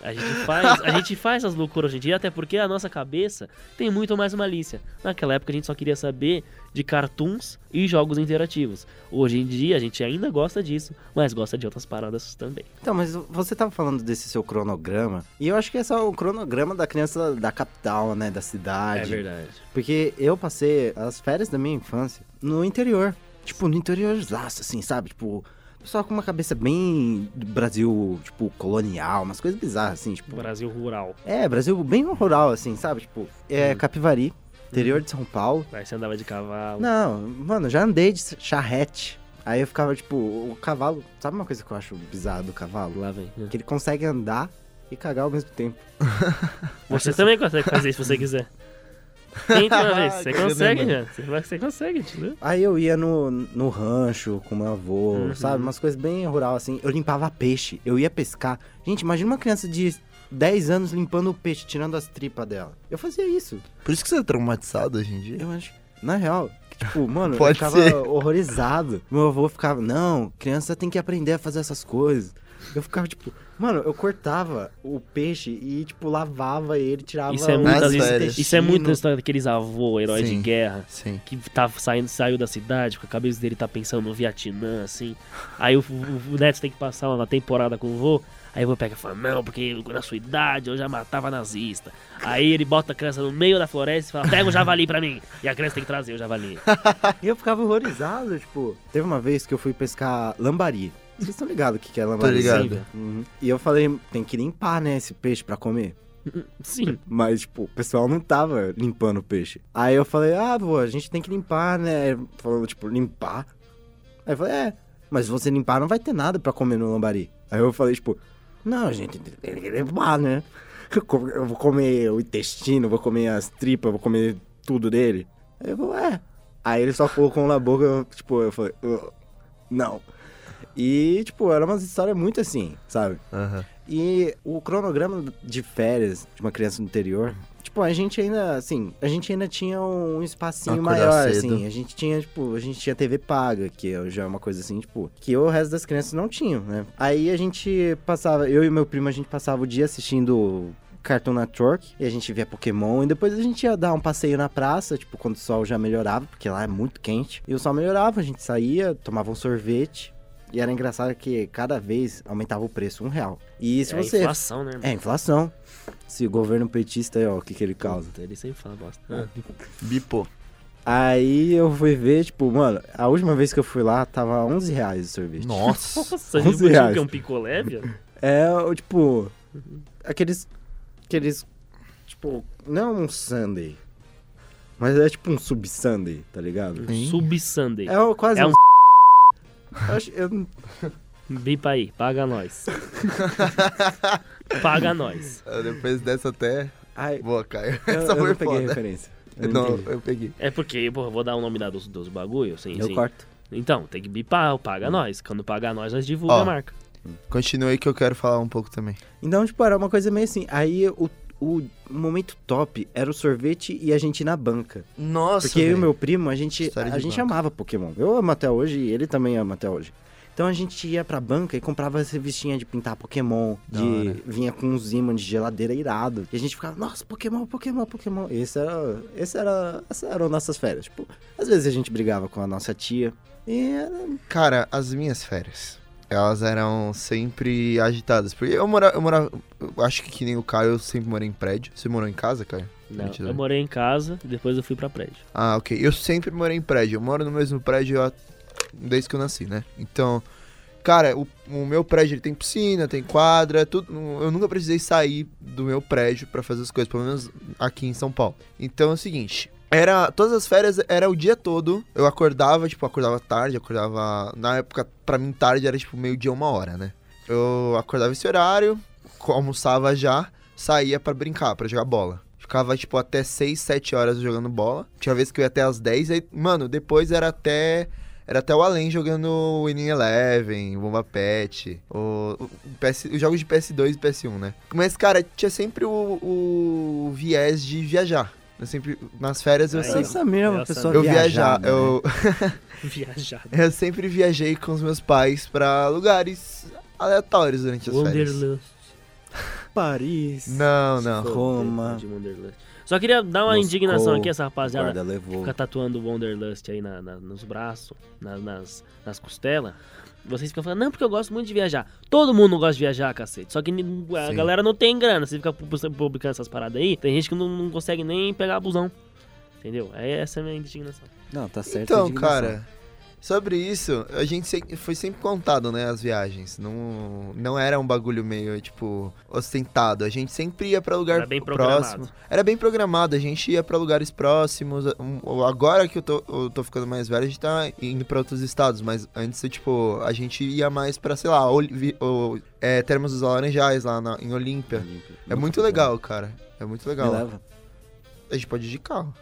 Speaker 3: A gente faz, a gente faz as loucuras hoje em dia, até porque a nossa cabeça tem muito mais malícia. Naquela época a gente só queria saber de cartoons e jogos interativos. Hoje em dia a gente ainda gosta disso, mas gosta de outras paradas também.
Speaker 1: Então, mas você tava falando desse seu cronograma, e eu acho que é só o cronograma da criança da capital, né, da cidade.
Speaker 3: É verdade.
Speaker 1: porque eu passei as férias da minha infância no interior. Tipo, no interior assim, sabe? Tipo, só com uma cabeça bem do Brasil, tipo, colonial, umas coisas bizarras, assim, tipo.
Speaker 3: Brasil rural.
Speaker 1: É, Brasil bem rural, assim, sabe? Tipo, é Capivari, interior de São Paulo.
Speaker 3: Aí você andava de cavalo.
Speaker 1: Não, mano, já andei de charrete. Aí eu ficava, tipo, o cavalo. Sabe uma coisa que eu acho bizarra do cavalo?
Speaker 3: Lá vem.
Speaker 1: Que ele consegue andar e cagar ao mesmo tempo.
Speaker 3: Você também consegue fazer isso se você quiser. Tenta uma vez, você
Speaker 2: Que
Speaker 3: consegue,
Speaker 2: demais.
Speaker 3: né? Você vai- Você consegue, entendeu?
Speaker 1: Aí eu ia no, no rancho com meu avô,
Speaker 3: Uhum.
Speaker 1: sabe? Umas coisas bem rural assim. Eu limpava peixe, eu ia pescar. Gente, imagina uma criança de 10 anos limpando o peixe, tirando as tripas dela. Eu fazia isso.
Speaker 2: *laughs* Por isso que você é traumatizado hoje em dia?
Speaker 1: Eu acho. Na real, que, tipo, *laughs* mano, eu
Speaker 2: Pode
Speaker 1: ficava
Speaker 2: ser.
Speaker 1: horrorizado. Meu avô ficava, não, criança tem que aprender a fazer essas coisas. Eu ficava, tipo, mano, eu cortava o peixe e, tipo, lavava ele, tirava
Speaker 3: Isso é
Speaker 1: o
Speaker 3: muitas
Speaker 1: os
Speaker 2: vezes-
Speaker 1: intestinos.
Speaker 3: Isso é muito na história daqueles avô, herói de
Speaker 2: Sim.
Speaker 3: guerra.
Speaker 2: Sim.
Speaker 3: que tá saindo, saiu da cidade, porque a cabeça dele tá pensando no Vietnã, assim. Aí o, o, o Neto tem que passar uma temporada com o vô. Aí o vô pega e fala, não, porque eu, na sua idade eu já matava nazista. Aí ele bota a criança no meio da floresta e fala, pega o javali pra mim. E a criança tem que trazer o javali.
Speaker 1: *laughs* E eu ficava horrorizado, tipo. Teve uma vez que eu fui pescar lambari. Vocês estão ligados o que que é lambari?
Speaker 2: ligado.
Speaker 1: né? Uhum. E eu falei, tem que limpar, né, esse peixe pra comer.
Speaker 3: Sim,
Speaker 1: Mas, tipo, o pessoal não tava limpando o peixe. Aí eu falei, ah, pô, a gente tem que limpar, né? Falando, tipo, limpar. Aí eu falei, é, mas se você limpar não vai ter nada pra comer no lambari. Aí eu falei, tipo, não, gente, tem que limpar, né? Eu co- eu vou comer o intestino, vou comer as tripas, vou comer tudo dele. Aí eu falei, é. Aí ele só colocou um na boca, eu, tipo, eu falei, "Ugh, não. E, tipo, era uma história muito assim, sabe?
Speaker 2: Aham.
Speaker 1: E o cronograma de férias de uma criança do interior, tipo, a gente ainda, assim, a gente ainda tinha um espacinho
Speaker 2: Acordar
Speaker 1: maior,
Speaker 2: cedo.
Speaker 1: assim. A gente tinha, tipo, a gente tinha TV paga, que já é uma coisa assim, tipo, que o resto das crianças não tinham, né? Aí a gente passava, eu e meu primo, a gente passava o dia assistindo Cartoon Network, e a gente via Pokémon, e depois a gente ia dar um passeio na praça, tipo, quando o sol já melhorava, porque lá é muito quente. E o sol melhorava, a gente saía, tomava um sorvete, e era engraçado que cada vez aumentava o preço, um real. E se
Speaker 3: é
Speaker 1: você...
Speaker 3: a inflação, né, irmão?
Speaker 1: É, inflação. Se o governo petista aí, ó, o que que ele causa.
Speaker 3: Puta, Ele sempre fala bosta. Ah,
Speaker 2: Bipo.
Speaker 1: Aí eu fui ver, tipo, mano, a última vez que eu fui lá, tava 11 reais o sorvete.
Speaker 2: *laughs* Nossa.
Speaker 3: Nossa, viu
Speaker 1: 11
Speaker 3: o
Speaker 1: reais.
Speaker 3: que é um picolé, velho?
Speaker 1: É, o, tipo, aqueles, aqueles, tipo, não um sundae, mas é tipo um sub-sundae, tá ligado?
Speaker 2: Sim. um
Speaker 3: Sub-Sunday.
Speaker 1: É o- quase
Speaker 3: É
Speaker 1: um...
Speaker 3: um
Speaker 1: Eu acho- eu-
Speaker 3: Bipa aí, paga nós. paga nós.
Speaker 2: Ah, Depois dessa até...
Speaker 1: ai,
Speaker 2: Boa, Caio.
Speaker 1: eu,
Speaker 2: Essa
Speaker 1: eu
Speaker 2: foi
Speaker 1: não peguei a
Speaker 2: foda.
Speaker 1: referência. Eu não
Speaker 2: Não,
Speaker 1: entendi.
Speaker 2: eu peguei.
Speaker 3: É porque, pô, eu vou dar o nome lá dos, dos bagulho, sim,
Speaker 1: eu
Speaker 3: sim.
Speaker 1: corto.
Speaker 3: Então, tem que bipar, o paga nós. Quando paga nós, nós divulga
Speaker 2: Ó.
Speaker 3: a marca.
Speaker 2: Continue aí que eu quero falar um pouco também.
Speaker 1: Então, tipo, era uma coisa meio assim. Aí o, o momento top era o sorvete e a gente na banca.
Speaker 7: Nossa,
Speaker 1: Porque eu e
Speaker 7: velho.
Speaker 1: o meu primo, a gente,
Speaker 2: História de
Speaker 1: a gente
Speaker 2: banca.
Speaker 1: amava Pokémon. Eu amo até hoje e ele também ama até hoje. Então a gente ia pra banca e comprava as revistinhas de pintar Pokémon,
Speaker 2: Da
Speaker 1: de
Speaker 2: hora.
Speaker 1: vinha com uns ímãs de geladeira irado. E a gente ficava, nossa, Pokémon, Pokémon, Pokémon. Esse era, esse era, essas eram nossas férias. Tipo, às vezes a gente brigava com a nossa tia. E era-
Speaker 2: Cara, as minhas férias, elas eram sempre agitadas. Porque eu morava, eu morava, eu acho que, que nem o Caio, eu sempre morei em prédio. Você morou em casa, Caio?
Speaker 3: Não,
Speaker 2: Mentira.
Speaker 3: eu morei em casa e depois eu fui pra prédio.
Speaker 2: Ah, ok. Eu sempre morei em prédio. Eu moro no mesmo prédio há- desde que eu nasci, né? Então, cara, o, o meu prédio ele tem piscina, tem quadra, tudo. Eu nunca precisei sair do meu prédio pra fazer as coisas, pelo menos aqui em São Paulo. Então é o seguinte. Era, todas as férias era o dia todo. Eu acordava, tipo, acordava tarde, acordava. Na época, pra mim, tarde era tipo meio-dia, uma hora, né? Eu acordava esse horário, co- almoçava já, saía pra brincar, pra jogar bola. Ficava, tipo, até 6, 7 horas jogando bola. Tinha vez que eu ia até as 10, aí, mano, depois era até. Era até o além jogando Winning Eleven, Bomba Pet, o, o- o PS, os jogos de PS2 e PS1, né? Mas, cara, tinha sempre o, o viés de viajar. Eu sempre, nas férias, eu
Speaker 3: Aí,
Speaker 2: sempre.
Speaker 1: nossa mesmo, a
Speaker 3: Engraçado.
Speaker 1: pessoa
Speaker 2: Eu viajar,
Speaker 1: viajava, É né?
Speaker 2: eu, *laughs*
Speaker 3: Viajado.
Speaker 2: eu sempre viajei com os meus pais pra lugares aleatórios durante as férias.
Speaker 3: Wonderland.
Speaker 1: Paris.
Speaker 2: Não, não.
Speaker 1: Roma.
Speaker 3: De Wonderlust. Só queria dar uma
Speaker 1: Moscou,
Speaker 3: indignação aqui, essa
Speaker 1: O
Speaker 3: rapaziada.
Speaker 1: guarda levou.
Speaker 3: Fica tatuando o Wanderlust aí na- na- nos braços, na- nas, nas costelas. Vocês ficam falando, não, porque eu gosto muito de viajar. Todo mundo gosta de viajar, cacete. Só que ni- a
Speaker 2: Sim.
Speaker 3: galera não tem grana. Você fica pu- publicando essas paradas aí, tem gente que não, não consegue nem pegar busão. Entendeu? É essa a minha indignação.
Speaker 1: Não, tá certo. a
Speaker 2: Então,
Speaker 1: indignação.
Speaker 2: cara, sobre isso, a gente se- foi sempre contado, né, as viagens. Não, não era um bagulho meio, tipo, ostentado. A gente sempre ia pra lugar
Speaker 3: Era bem
Speaker 2: próximo.
Speaker 3: programado.
Speaker 2: Era bem programado, a gente ia pra lugares próximos. Um, Agora que eu tô, eu tô ficando mais velho, a gente tá indo pra outros estados. Mas antes, tipo, a gente ia mais pra, sei lá, Oli- vi- o- é, Termas dos Laranjais, lá na- em
Speaker 1: Hum,
Speaker 2: Olímpia. É muito legal, cara. É muito
Speaker 1: Me
Speaker 2: legal.
Speaker 1: leva.
Speaker 2: A gente pode ir de carro.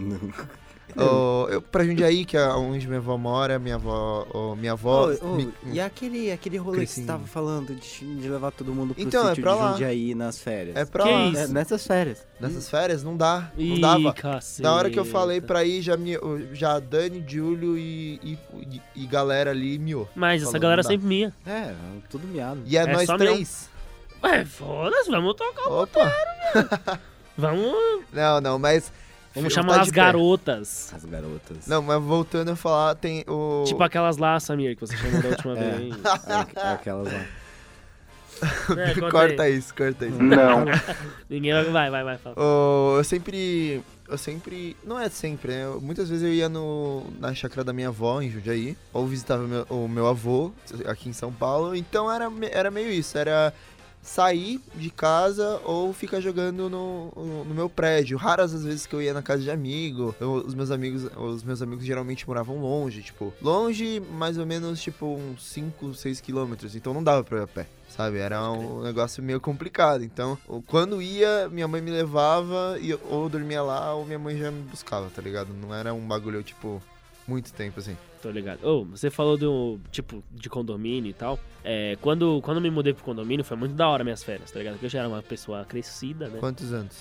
Speaker 1: *laughs*
Speaker 2: Ô, eu, pra Jundiaí, que é onde minha avó mora, minha avó. ô, minha avó.
Speaker 1: Ô, ô,
Speaker 2: me-
Speaker 1: e aquele, aquele rolê que
Speaker 2: Cresci.
Speaker 1: você tava falando de, de levar todo mundo pro
Speaker 2: Então, é
Speaker 1: sítio
Speaker 2: pra
Speaker 1: de
Speaker 2: lá.
Speaker 1: Jundiaí nas férias?
Speaker 2: é pra
Speaker 3: Que
Speaker 2: lá.
Speaker 3: isso?
Speaker 1: É, nessas férias.
Speaker 2: Nessas férias não dá. Não
Speaker 3: Ih,
Speaker 2: dava.
Speaker 3: cacete.
Speaker 2: Na hora que eu falei pra ir, já, me, já Dani, Júlio e, e, e galera ali miou.
Speaker 3: Mas essa
Speaker 2: Falou,
Speaker 3: galera
Speaker 2: não dá.
Speaker 3: sempre minha.
Speaker 1: É, tudo miado.
Speaker 2: E é,
Speaker 3: É
Speaker 2: nós
Speaker 3: só
Speaker 2: três.
Speaker 3: Ué, foda-se, vamos tocar.
Speaker 2: Opa!
Speaker 3: Vamos,
Speaker 2: Não, não, mas.
Speaker 3: vamos
Speaker 2: eu
Speaker 3: chamar
Speaker 2: tá
Speaker 3: as
Speaker 2: de pé.
Speaker 3: garotas.
Speaker 1: As garotas.
Speaker 2: Não, mas voltando a falar, tem o. *laughs*
Speaker 3: Tipo aquelas lá, Samir, que você chamou da última
Speaker 1: É.
Speaker 3: vez.
Speaker 1: É, é aquelas lá.
Speaker 3: É, conta aí.
Speaker 2: corta isso, corta
Speaker 1: *laughs*
Speaker 2: isso.
Speaker 1: Não.
Speaker 3: Ninguém vai, vai, vai, vai. Fala.
Speaker 2: Ô, eu sempre. Eu sempre. Não é sempre, né? Eu- Muitas vezes eu ia no, na chácara da minha avó, em Jundiaí, ou visitava meu- o meu avô aqui em São Paulo. Então era, me- era meio isso, era sair de casa ou ficar jogando no, no- no meu prédio. Raras as vezes que eu ia na casa de amigo. Eu- os meus amigos, os meus amigos geralmente moravam longe, tipo, longe mais ou menos tipo uns 5, 6 quilômetros, então não dava pra ir a pé. Sabe, era um negócio meio complicado. Então, o- quando ia, minha mãe me levava e eu- ou eu dormia lá ou minha mãe já me buscava, tá ligado? Não era um bagulho tipo muito tempo assim.
Speaker 3: Tô ligado. Ô, você falou do tipo de condomínio e tal. É, quando, quando eu me mudei pro condomínio, foi muito da hora minhas férias, tá ligado? Porque eu já era uma pessoa crescida, né?
Speaker 2: Quantos anos?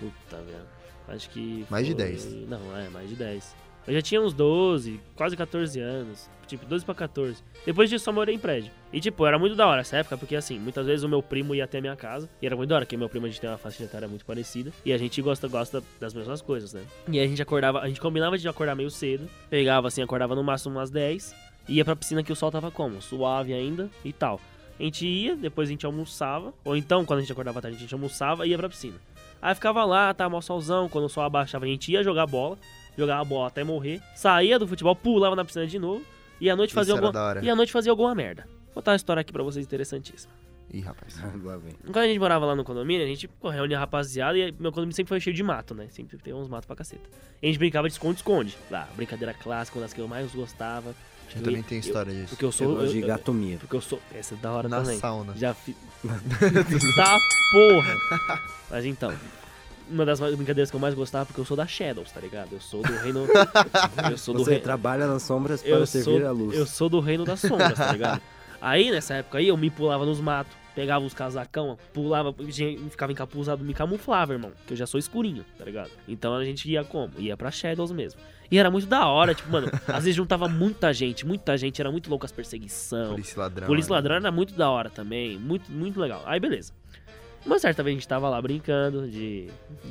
Speaker 3: Puta, velho. Acho que.
Speaker 2: Mais de
Speaker 3: foi-
Speaker 2: 10.
Speaker 3: Não, é, mais de 10. Eu já tinha uns 12, quase 14 anos. Tipo, 12 pra 14. Depois disso, só morei em prédio. E, tipo, era muito da hora essa época, porque, assim, muitas vezes o meu primo ia até a minha casa. E era muito da hora, porque meu primo, a gente tem uma faixa etária muito parecida. E a gente gosta, gosta das mesmas coisas, né? E aí a gente acordava, a gente combinava de acordar meio cedo. Pegava, assim, acordava no máximo umas 10. Ia pra piscina que o sol tava como? Suave ainda e tal. A gente ia, depois a gente almoçava. Ou então, quando a gente acordava à tarde, a gente almoçava e ia pra piscina. Aí ficava lá, tava mó solzão, quando o sol abaixava a gente ia jogar bola, jogava bola até morrer, saía do futebol, pulava na piscina de novo, e à noite
Speaker 2: Isso
Speaker 3: fazia
Speaker 2: era
Speaker 3: alguma
Speaker 2: da hora.
Speaker 3: e à noite fazia alguma merda. Vou contar uma história aqui pra vocês interessantíssima.
Speaker 2: Ih, rapaz.
Speaker 3: Ah,
Speaker 1: Lá vem.
Speaker 3: Quando a gente morava lá no condomínio, a gente pô, reunia a rapaziada e meu condomínio sempre foi cheio de mato, né? Sempre tem uns matos pra caceta. E a gente brincava de esconde-esconde. Lá, brincadeira clássica, uma das que eu mais gostava.
Speaker 2: Eu também tenho história disso.
Speaker 3: Porque eu
Speaker 1: Eu
Speaker 3: sou.
Speaker 1: gosto de
Speaker 3: eu- eu-
Speaker 1: gatomia.
Speaker 3: porque eu sou. Essa é da hora
Speaker 2: Na
Speaker 3: também.
Speaker 1: né?
Speaker 2: sauna.
Speaker 1: *laughs*
Speaker 3: Já fiz. tá porra! Mas então. Uma das mais- brincadeiras que eu mais gostava, porque eu sou da Shadows, tá ligado? Eu sou do
Speaker 1: *laughs*
Speaker 3: reino. Eu sou do
Speaker 1: Você
Speaker 3: reino.
Speaker 1: trabalha nas sombras para
Speaker 3: Eu
Speaker 1: servir
Speaker 3: sou,
Speaker 1: a luz.
Speaker 3: eu sou do reino das sombras, tá ligado? Aí, nessa época aí, eu me pulava nos matos. pegava os casacão, pulava, gen- ficava encapuzado, me camuflava, irmão. Que eu já sou escurinho, tá ligado? Então a gente ia como? Ia pra Shadows mesmo. E era muito da hora, tipo, mano, às vezes juntava muita gente, muita gente, era muito louco as perseguição.
Speaker 2: Polícia e ladrão.
Speaker 3: Polícia e
Speaker 2: né?
Speaker 3: Ladrão era muito da hora também, muito, muito legal. Aí beleza. Uma certa vez a gente tava lá brincando de de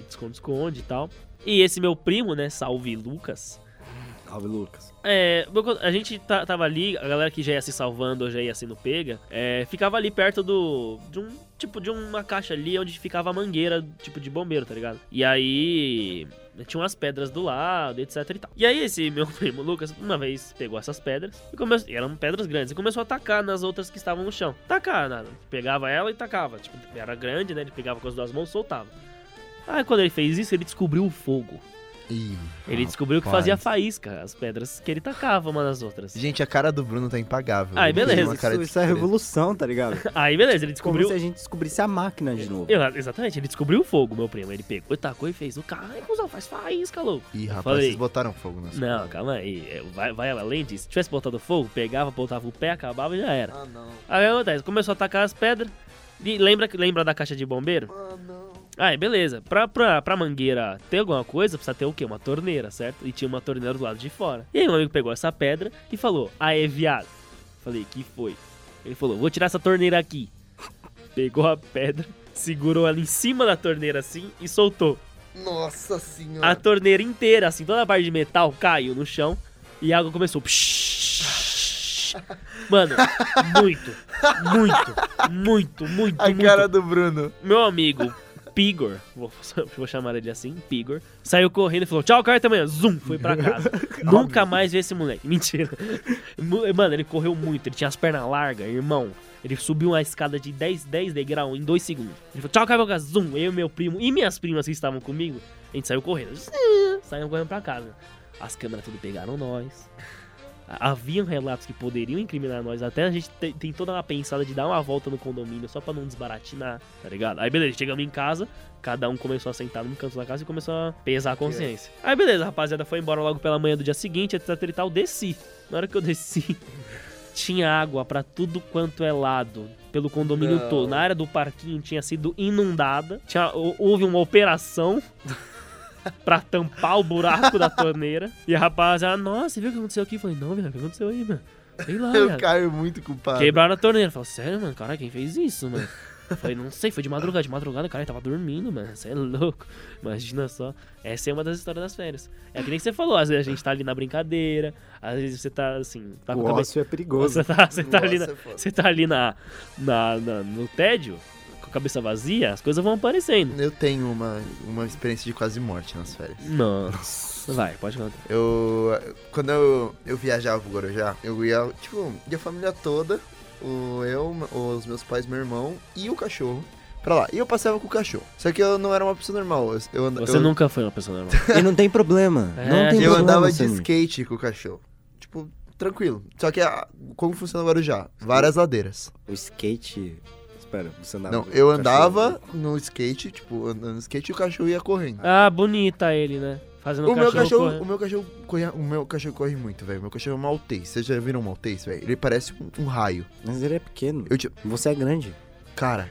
Speaker 3: esconde-esconde e tal. E esse meu primo, né, salve Lucas,
Speaker 1: Salve, Lucas.
Speaker 3: é, meu, quando a gente ta- tava ali, a galera que já ia se salvando ou já ia sendo pega, é, ficava ali perto do. de um. Tipo, de uma caixa ali onde ficava a mangueira, tipo, de bombeiro, tá ligado? E aí. Tinha umas pedras do lado, etc e tal. E aí, esse meu *laughs* primo Lucas, uma vez, pegou essas pedras e começou. e eram pedras grandes. E começou a atacar nas outras que estavam no chão. Tacar, nada. Pegava ela e tacava. Tipo, era grande, né? Ele pegava com as duas mãos e soltava. Aí, quando ele fez isso, ele descobriu o fogo.
Speaker 2: Ih,
Speaker 3: Ele descobriu que
Speaker 2: rapaz.
Speaker 3: fazia faísca as pedras que ele tacava uma nas outras.
Speaker 2: Gente, a cara do Bruno tá impagável.
Speaker 3: Ai,
Speaker 2: Ele tem
Speaker 3: beleza,
Speaker 2: uma cara
Speaker 1: isso,
Speaker 2: de
Speaker 1: isso é
Speaker 2: desprezo.
Speaker 1: revolução, tá *laughs* ligado?
Speaker 3: Aí, beleza, ele
Speaker 1: Como
Speaker 3: descobriu.
Speaker 1: se a gente descobrisse a máquina de
Speaker 2: é
Speaker 1: novo.
Speaker 3: Eu- exatamente, ele descobriu o fogo, meu primo. Ele pegou, tacou e fez. O cara, "Ai, cuzão, faz faísca, louco.
Speaker 2: Ih, rapaz,
Speaker 3: falei.
Speaker 2: vocês botaram fogo nas
Speaker 3: Não,
Speaker 2: coisas.
Speaker 3: calma aí. é, Vai, vai além disso. Se tivesse botado fogo, pegava, botava o pé, acabava e já era.
Speaker 2: Ah, não.
Speaker 3: Aí o que acontece? Começou a atacar as pedras. E lembra, lembra da caixa de bombeiro?
Speaker 2: Ah, não.
Speaker 3: Aí, beleza. Pra, pra, pra mangueira ter alguma coisa, precisa ter o quê? Uma torneira, certo? E tinha uma torneira do lado de fora. E aí, um amigo pegou essa pedra e falou: Aê, viado. Falei: Que foi? Ele falou: Vou tirar essa torneira aqui. Pegou a pedra, segurou ela em cima da torneira assim e soltou.
Speaker 2: Nossa
Speaker 3: A
Speaker 2: senhora.
Speaker 3: torneira inteira, assim, toda a parte de metal caiu no chão e a
Speaker 2: *laughs*
Speaker 3: água começou. Mano, muito, muito, muito, muito,
Speaker 2: A,
Speaker 3: muito
Speaker 2: cara do Bruno.
Speaker 3: meu amigo Pigor, vou, *laughs* vou chamar ele assim, Pigor, saiu correndo e falou: Tchau, cara, até amanhã. Zum, foi pra casa. Nunca mais vi esse moleque. *laughs* Mentira. Mo- Mano, ele correu muito, ele tinha as pernas largas, irmão. Ele subiu uma escada de 10, 10 degrau em 2 segundos. Ele falou: Tchau, cara, até amanhã." zum. Eu, meu primo e minhas primas que estavam comigo, a gente saiu correndo. Saiu correndo pra casa. As câmeras tudo pegaram nós. Haviam relatos que poderiam incriminar nós, até a gente te- tem toda uma pensada de dar uma volta no condomínio só pra não desbaratinar, tá ligado? Aí beleza, chegamos em casa, cada um começou a sentar num canto da casa e começou a pesar a consciência. Aí beleza, a rapaziada foi embora logo pela manhã do dia seguinte, etc e tal, desci. Na hora que eu desci, *laughs* tinha água pra tudo quanto é lado, pelo condomínio
Speaker 2: Não.
Speaker 3: todo. Na área do parquinho tinha sido inundada, tinha, hou- houve uma operação *laughs* pra tampar o buraco
Speaker 2: *laughs*
Speaker 3: da torneira. E a rapaziada, "Ah, nossa, você viu o que aconteceu aqui? Eu falei, não, velho, o que aconteceu aí, mano? Sei lá,
Speaker 2: Eu
Speaker 3: velho.
Speaker 2: caio muito culpado.
Speaker 3: Quebraram a torneira. Eu falei, sério, mano, cara, quem fez isso, mano? Eu falei, não sei, foi de madrugada, de madrugada, cara, eu tava dormindo, mano. Você é louco. Imagina só. Essa é uma das histórias das férias. É que nem você falou, às vezes a gente tá ali na brincadeira, às vezes você tá assim, tá com a
Speaker 1: O
Speaker 3: cabeça.
Speaker 1: ócio é perigoso.
Speaker 3: Você tá, você tá ali na,
Speaker 2: Nossa, é foda.
Speaker 3: você tá ali na, na- na- no tédio, com a cabeça vazia, as coisas vão aparecendo.
Speaker 2: Eu tenho uma, uma experiência de quase morte nas férias.
Speaker 3: Nossa. Vai, pode contar.
Speaker 2: Eu. Quando eu, eu viajava pro Guarujá, eu ia, tipo, ia a família toda, o, eu, os meus pais, meu irmão e o cachorro. Pra lá. E eu passeava com o cachorro. Só que eu não era uma pessoa normal. Eu, eu, anda-
Speaker 3: Você
Speaker 2: eu,
Speaker 3: nunca foi uma
Speaker 2: *laughs*
Speaker 3: pessoa normal.
Speaker 1: E não tem problema.
Speaker 3: É,
Speaker 1: não tem
Speaker 2: eu
Speaker 1: problema.
Speaker 2: andava de
Speaker 1: Samir.
Speaker 2: skate com o cachorro. Tipo, tranquilo. Só que ah, como funciona o Guarujá? Várias ladeiras.
Speaker 1: O skate. Espera, você andava.
Speaker 2: Não,
Speaker 1: com
Speaker 2: eu
Speaker 1: Tá, o cachorro?
Speaker 2: andava no skate, tipo, andando no skate e o cachorro ia correndo.
Speaker 3: Ah, bonita ele, né? Fazendo
Speaker 2: O meu,
Speaker 3: cachorro.
Speaker 2: cachorro,
Speaker 3: correr.
Speaker 2: o meu cachorro corre, o meu cachorro corre muito, velho. O meu cachorro é um maltês. Vocês já viram um maltês, velho? Ele parece um, um raio.
Speaker 1: Mas ele é pequeno.
Speaker 2: Eu tinha-
Speaker 1: Você é grande.
Speaker 2: Cara,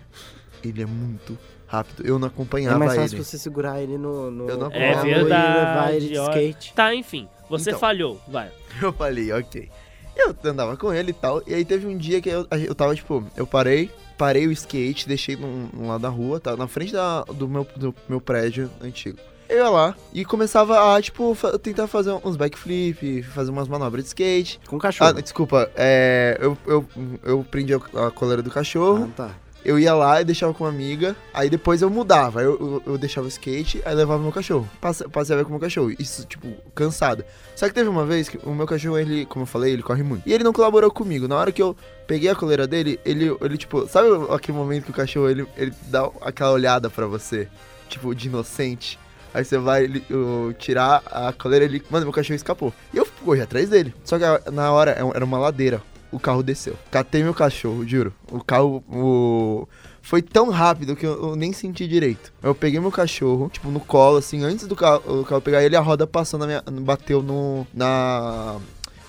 Speaker 2: ele é muito rápido. Eu não
Speaker 1: É
Speaker 2: acompanhava
Speaker 1: mais fácil
Speaker 2: ele.
Speaker 1: você segurar ele no, no
Speaker 2: Eu não
Speaker 1: no
Speaker 2: É
Speaker 1: colo
Speaker 3: verdade,
Speaker 1: e levar ele de
Speaker 3: ó.
Speaker 1: skate.
Speaker 3: Tá, enfim. Você
Speaker 2: Então.
Speaker 3: falhou, vai.
Speaker 2: *laughs* Eu falei, ok. Eu andava com ele e tal. E aí teve um dia que eu, eu tava, tipo, eu parei, parei o skate, deixei num, num lado da rua, tá? Na frente da, do, meu, do meu prédio antigo. Eu ia lá e começava a, tipo, fa- tentar fazer uns backflip, fazer umas manobras de skate.
Speaker 1: Com o
Speaker 2: Ah,
Speaker 1: cachorro.
Speaker 2: desculpa, é, eu, eu, eu prendi a a coleira do cachorro,
Speaker 1: Ah, tá.
Speaker 2: eu ia lá e deixava com uma amiga, aí depois eu mudava, eu, eu, eu deixava o skate, aí levava meu cachorro, passe- passeava com o meu cachorro, isso, tipo, cansado. Só que teve uma vez que o meu cachorro, ele, como eu falei, ele corre muito, e ele não colaborou comigo, na hora que eu peguei a coleira dele, ele, ele tipo, sabe aquele momento que o cachorro, ele, ele dá aquela olhada pra você, tipo, de inocente? Aí você vai ele- o- tirar a coleira, ele, mano, meu cachorro escapou. E eu corri atrás dele, só que a- na hora é um- era uma ladeira. O carro desceu. Catei meu cachorro, juro. O carro. O, foi tão rápido que eu, eu nem senti direito. Eu peguei meu cachorro, tipo, no colo, assim, antes do carro, o carro pegar ele, a roda passou na minha. bateu no. na.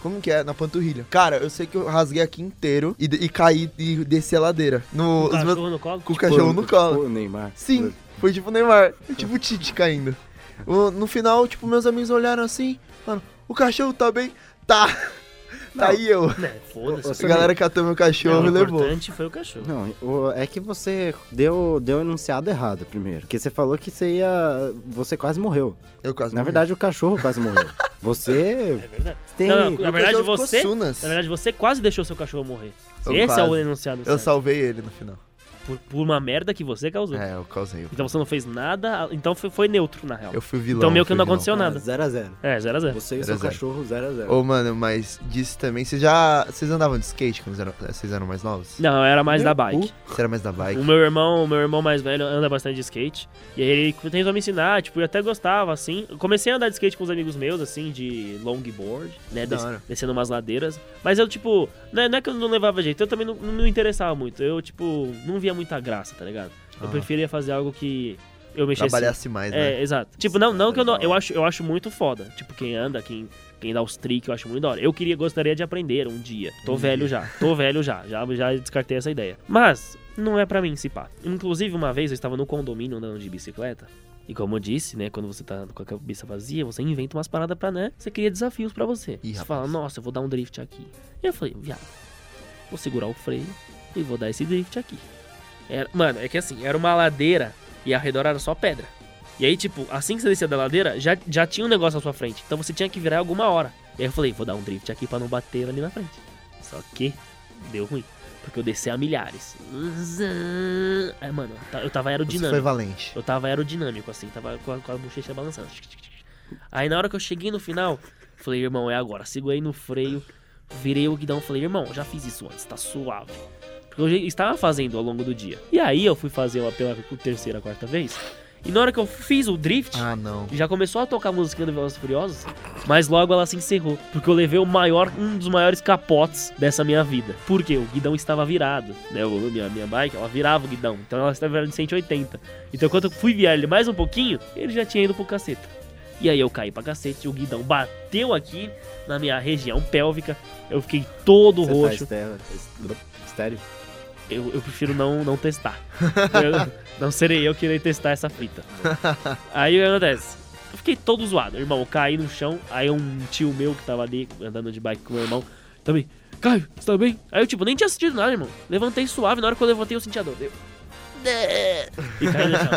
Speaker 2: Como que é? Na panturrilha. Cara, eu sei que eu rasguei aqui inteiro e, e caí e desci a ladeira. No,
Speaker 3: Com o
Speaker 2: os meus-
Speaker 3: Um cachorro no colo?
Speaker 2: com o cachorro no colo.
Speaker 1: O Neymar.
Speaker 2: Sim, foi tipo
Speaker 1: *laughs*
Speaker 2: Neymar. Foi tipo o Tite caindo. O- no final, tipo, meus amigos olharam assim, mano, o cachorro tá bem? Tá!
Speaker 1: Não.
Speaker 2: Tá aí eu.
Speaker 3: Né, foda-se.
Speaker 2: A galera catou meu cachorro
Speaker 1: é
Speaker 3: Não,
Speaker 2: e
Speaker 3: O
Speaker 2: levou.
Speaker 3: importante foi o cachorro.
Speaker 1: Não, o- é que você deu deu o enunciado errado primeiro. Porque você falou que você ia. Você quase morreu.
Speaker 2: Eu quase
Speaker 1: Na
Speaker 2: morri.
Speaker 1: verdade, o cachorro quase
Speaker 2: *laughs*
Speaker 1: morreu. Você
Speaker 3: É verdade.
Speaker 1: tem.
Speaker 3: Não, não,
Speaker 2: Meu
Speaker 3: na verdade,
Speaker 2: cachorro ficou
Speaker 3: você.
Speaker 2: Sunas.
Speaker 3: Na verdade, você quase deixou seu cachorro morrer.
Speaker 2: Eu
Speaker 3: Esse é o
Speaker 2: quase.
Speaker 3: enunciado.
Speaker 2: eu
Speaker 3: certo.
Speaker 2: salvei ele no final.
Speaker 3: Por, por uma merda que você causou.
Speaker 2: É, eu causei.
Speaker 3: Então você não fez nada, então foi, foi neutro, na real.
Speaker 2: Eu fui vilão.
Speaker 3: então meio que
Speaker 2: fui
Speaker 3: não
Speaker 2: vilão.
Speaker 3: aconteceu nada.
Speaker 1: 0 Ah, a 0
Speaker 3: É, 0x0.
Speaker 1: Você e o seu
Speaker 2: Zero a zero.
Speaker 1: cachorro 0 a 0
Speaker 2: Ô, mano, mas disse também, vocês já. Vocês andavam de skate quando vocês eram, eh, vocês eram mais novos?
Speaker 3: Não, eu era mais da bike.
Speaker 2: Você era mais da bike?
Speaker 3: O meu é irmão, o meu irmão mais velho anda bastante de skate. E aí ele tentou me ensinar, tipo, eu até gostava, assim. Eu comecei a andar de skate com os amigos meus, assim, de longboard, né?
Speaker 2: Da
Speaker 3: des-
Speaker 2: hora.
Speaker 3: descendo umas ladeiras. Mas eu, tipo, não é, não é que eu não levava jeito, eu também não, não me interessava muito. Eu, tipo, não via muita graça, tá ligado? Eu
Speaker 2: Ah.
Speaker 3: preferia fazer algo que eu mexesse.
Speaker 2: Trabalhasse mais, né?
Speaker 3: É, exato. Tipo, não, não que eu não.
Speaker 2: legal.
Speaker 3: Eu acho, eu acho muito foda. Tipo, quem anda, quem, quem dá os tricks, eu acho muito da hora. Eu queria, gostaria de aprender um dia. Tô velho já, tô velho já. Já, já descartei essa ideia. Mas, não é pra mim se pá. Inclusive, uma vez eu estava no condomínio andando de bicicleta. E como eu disse, né, quando você tá com a cabeça vazia, você inventa umas paradas pra, né, você cria desafios pra você.
Speaker 2: Ih,
Speaker 3: você
Speaker 2: rapaz.
Speaker 3: fala, nossa, eu vou dar um drift aqui. E eu falei, viado, vou segurar o freio e vou dar esse drift aqui. Era- mano, é que assim, era uma ladeira e ao redor era só pedra. E aí, tipo, assim que você descia da ladeira, já, já tinha um negócio na sua frente. Então você tinha que virar em alguma hora. E aí eu falei, vou dar um drift aqui pra não bater ali na frente. Só que deu ruim. Porque eu desci a milhares. Zã. Aí, mano, eu ta- eu
Speaker 2: Você
Speaker 3: tava
Speaker 2: foi
Speaker 3: aerodinâmico.
Speaker 2: valente.
Speaker 3: Eu tava aerodinâmico, assim, tava com a, com a bochecha balançando. Aí na hora que eu cheguei no final, falei, irmão, é agora. Segurei no freio, virei o guidão, falei, irmão, já fiz isso antes, tá suave. Porque eu já estava fazendo ao longo do dia. E aí eu fui fazer ela pela terceira, quarta vez. E na hora que eu fiz o drift,
Speaker 2: Ah, não.
Speaker 3: já começou a tocar a musiquinha do Velozes e Furiosos, mas logo ela se encerrou, porque eu levei o maior, um dos maiores capotes dessa minha vida. Por quê? O guidão estava virado, né? O, minha, minha bike, ela virava o guidão, então ela estava virada de 180. Então quando eu fui virar ele mais um pouquinho, ele já tinha ido pro caceta. E aí eu caí pra cacete, o guidão bateu aqui na minha região pélvica, eu fiquei todo
Speaker 1: Você
Speaker 3: roxo.
Speaker 1: Tá estéreo.
Speaker 3: Eu, eu prefiro não, não testar. *laughs* Eu- não serei eu que irei testar essa fita. Aí o que acontece? Eu fiquei todo zoado, irmão. Eu caí no chão. Aí um tio meu que tava ali andando de bike com o meu irmão também. Caio, você tá bem? Aí eu, tipo, nem tinha sentido nada, irmão. Levantei suave. Na hora que eu levantei, eu senti a dor. Eu... E caí no chão.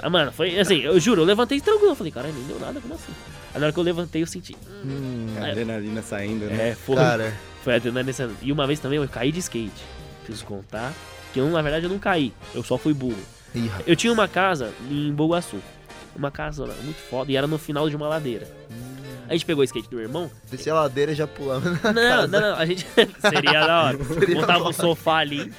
Speaker 3: Ah, mano, foi assim, eu juro, eu levantei tranquilo. Eu falei, caralho, nem deu nada, como assim? Aí na hora que eu levantei, eu senti.
Speaker 2: Hum,
Speaker 1: A adrenalina saindo, né?
Speaker 3: É, foi.
Speaker 2: cara.
Speaker 3: Foi a adrenalina saindo. E uma vez também eu caí de skate. Preciso contar que eu, na verdade, eu não caí. Eu só fui burro.
Speaker 2: Ih, rapaz.
Speaker 3: Eu tinha uma casa em Boguaçu. Uma casa muito foda e era no final de uma ladeira. A gente pegou o skate do meu *laughs* irmão.
Speaker 2: Desci a ladeira e já pulava. né?
Speaker 3: Não, não, não. A gente. *laughs* Seria da hora. Botava o sofá ali.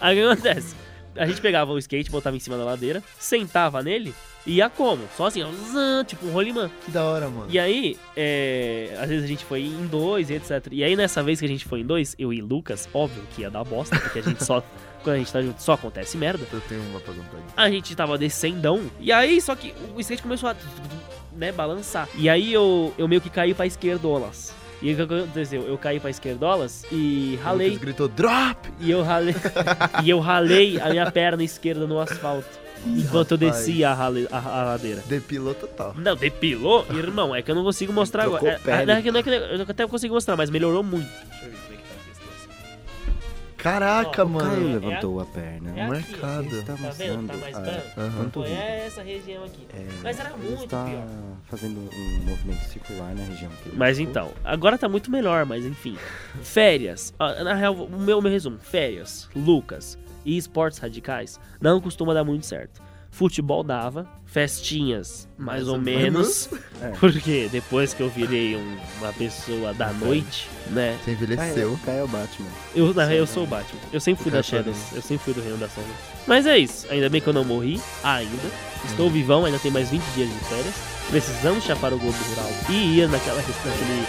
Speaker 3: Aí o que acontece? A gente pegava o skate, botava em cima da ladeira, sentava nele e ia como? Só assim, ó, zan, tipo um rolimã.
Speaker 2: *laughs* Que da hora, mano.
Speaker 3: E aí, é, às vezes a gente foi em dois e etc. E aí, nessa vez que a gente foi em dois, eu e Lucas, óbvio que ia dar bosta, porque a gente só. *laughs* quando a gente tá junto, só acontece merda.
Speaker 2: Eu tenho uma pra contar.
Speaker 3: A gente tava descendão. E aí, só que o skate começou a né, balançar. E aí eu, eu meio que caí pra esquerdolas. E aí, o que aconteceu? Eu caí pra esquerdolas e
Speaker 2: O
Speaker 3: ralei.
Speaker 2: Lucas gritou, drop!
Speaker 3: E eu ralei. *laughs* e eu ralei a minha perna esquerda no asfalto. Enquanto eu
Speaker 2: rapaz.
Speaker 3: descia a, rale, a, a ladeira.
Speaker 2: Depilou total.
Speaker 3: Não, depilou? Irmão, é que eu não consigo mostrar
Speaker 1: Trocou
Speaker 3: agora. É,
Speaker 1: pele.
Speaker 3: é que não é que eu até consigo mostrar, mas melhorou muito. Deixa eu ver como é que tá a questão.
Speaker 2: Caraca,
Speaker 3: Ó,
Speaker 1: O Caio
Speaker 2: mano.
Speaker 3: é
Speaker 1: levantou a perna.
Speaker 3: É aqui,
Speaker 2: marcado.
Speaker 1: Ele está
Speaker 3: Tá vendo? Tá
Speaker 1: mostrando
Speaker 3: mais
Speaker 1: a-
Speaker 3: branco?
Speaker 2: Aham.
Speaker 1: quanto
Speaker 3: Foi
Speaker 1: vídeo.
Speaker 3: essa região aqui.
Speaker 1: É,
Speaker 3: Mas tá era
Speaker 1: ele
Speaker 3: muito
Speaker 1: está
Speaker 3: pior.
Speaker 1: fazendo um movimento circular na região. que ele
Speaker 3: Mas
Speaker 1: ficou.
Speaker 3: então, agora tá muito melhor, mas enfim. Férias. Ah, Na real, o meu, meu resumo: férias, Lucas e esportes radicais não costuma dar muito certo. Futebol dava, festinhas mais, ou, menos.
Speaker 1: É.
Speaker 3: *laughs* Porque depois que eu virei um- uma pessoa da noite, né?
Speaker 2: Você
Speaker 1: Caio-
Speaker 2: envelheceu.
Speaker 1: Caio é o Batman.
Speaker 3: Eu, na real, eu sou o Batman. Eu sempre fui
Speaker 2: Fica
Speaker 3: da Shadows. Eu sempre fui do Reino das Sombras. Mas é isso. Ainda bem que eu não morri. Ainda. Estou vivão, ainda tem mais 20 dias de férias. Precisamos chapar o Globo Rural e ir naquela naquele,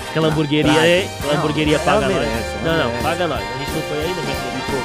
Speaker 3: aquela hamburgueria.
Speaker 1: praia.
Speaker 3: é, aquela
Speaker 1: Não,
Speaker 3: hamburgueria
Speaker 1: ela
Speaker 3: paga nós.
Speaker 1: merece, ela
Speaker 3: Não, não,
Speaker 1: merece.
Speaker 3: paga nós. A gente não foi ainda, mas ele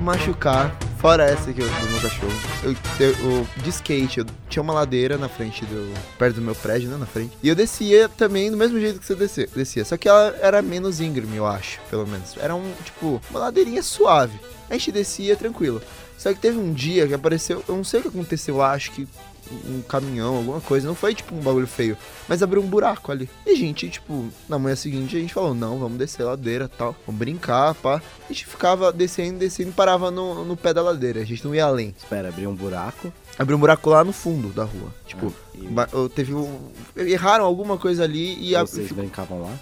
Speaker 2: machucar. Fora essa aqui do meu cachorro. Eu, eu, eu- de skate, eu tinha uma ladeira na frente do. perto do meu prédio, né? Na frente. E eu descia também do mesmo jeito que você descia. descia. Só que ela era menos íngreme, eu acho, pelo menos. Era um, tipo, uma ladeirinha suave. A gente descia tranquilo. Só que teve um dia que apareceu, eu não sei o que aconteceu, eu acho que um caminhão, alguma coisa. Não foi tipo um bagulho feio, mas abriu um buraco ali. E a gente, tipo, na manhã seguinte a gente falou: não, vamos descer a ladeira tal, vamos brincar, pá. A gente ficava descendo, descendo e parava no, no pé da ladeira. A gente não ia além.
Speaker 1: Espera, abriu um buraco.
Speaker 2: Abriu um buraco lá no fundo da rua. Tipo,
Speaker 1: Ah, e
Speaker 2: ba- eu teve um. Erraram alguma coisa ali e. a-
Speaker 1: vocês né? brincavam lá?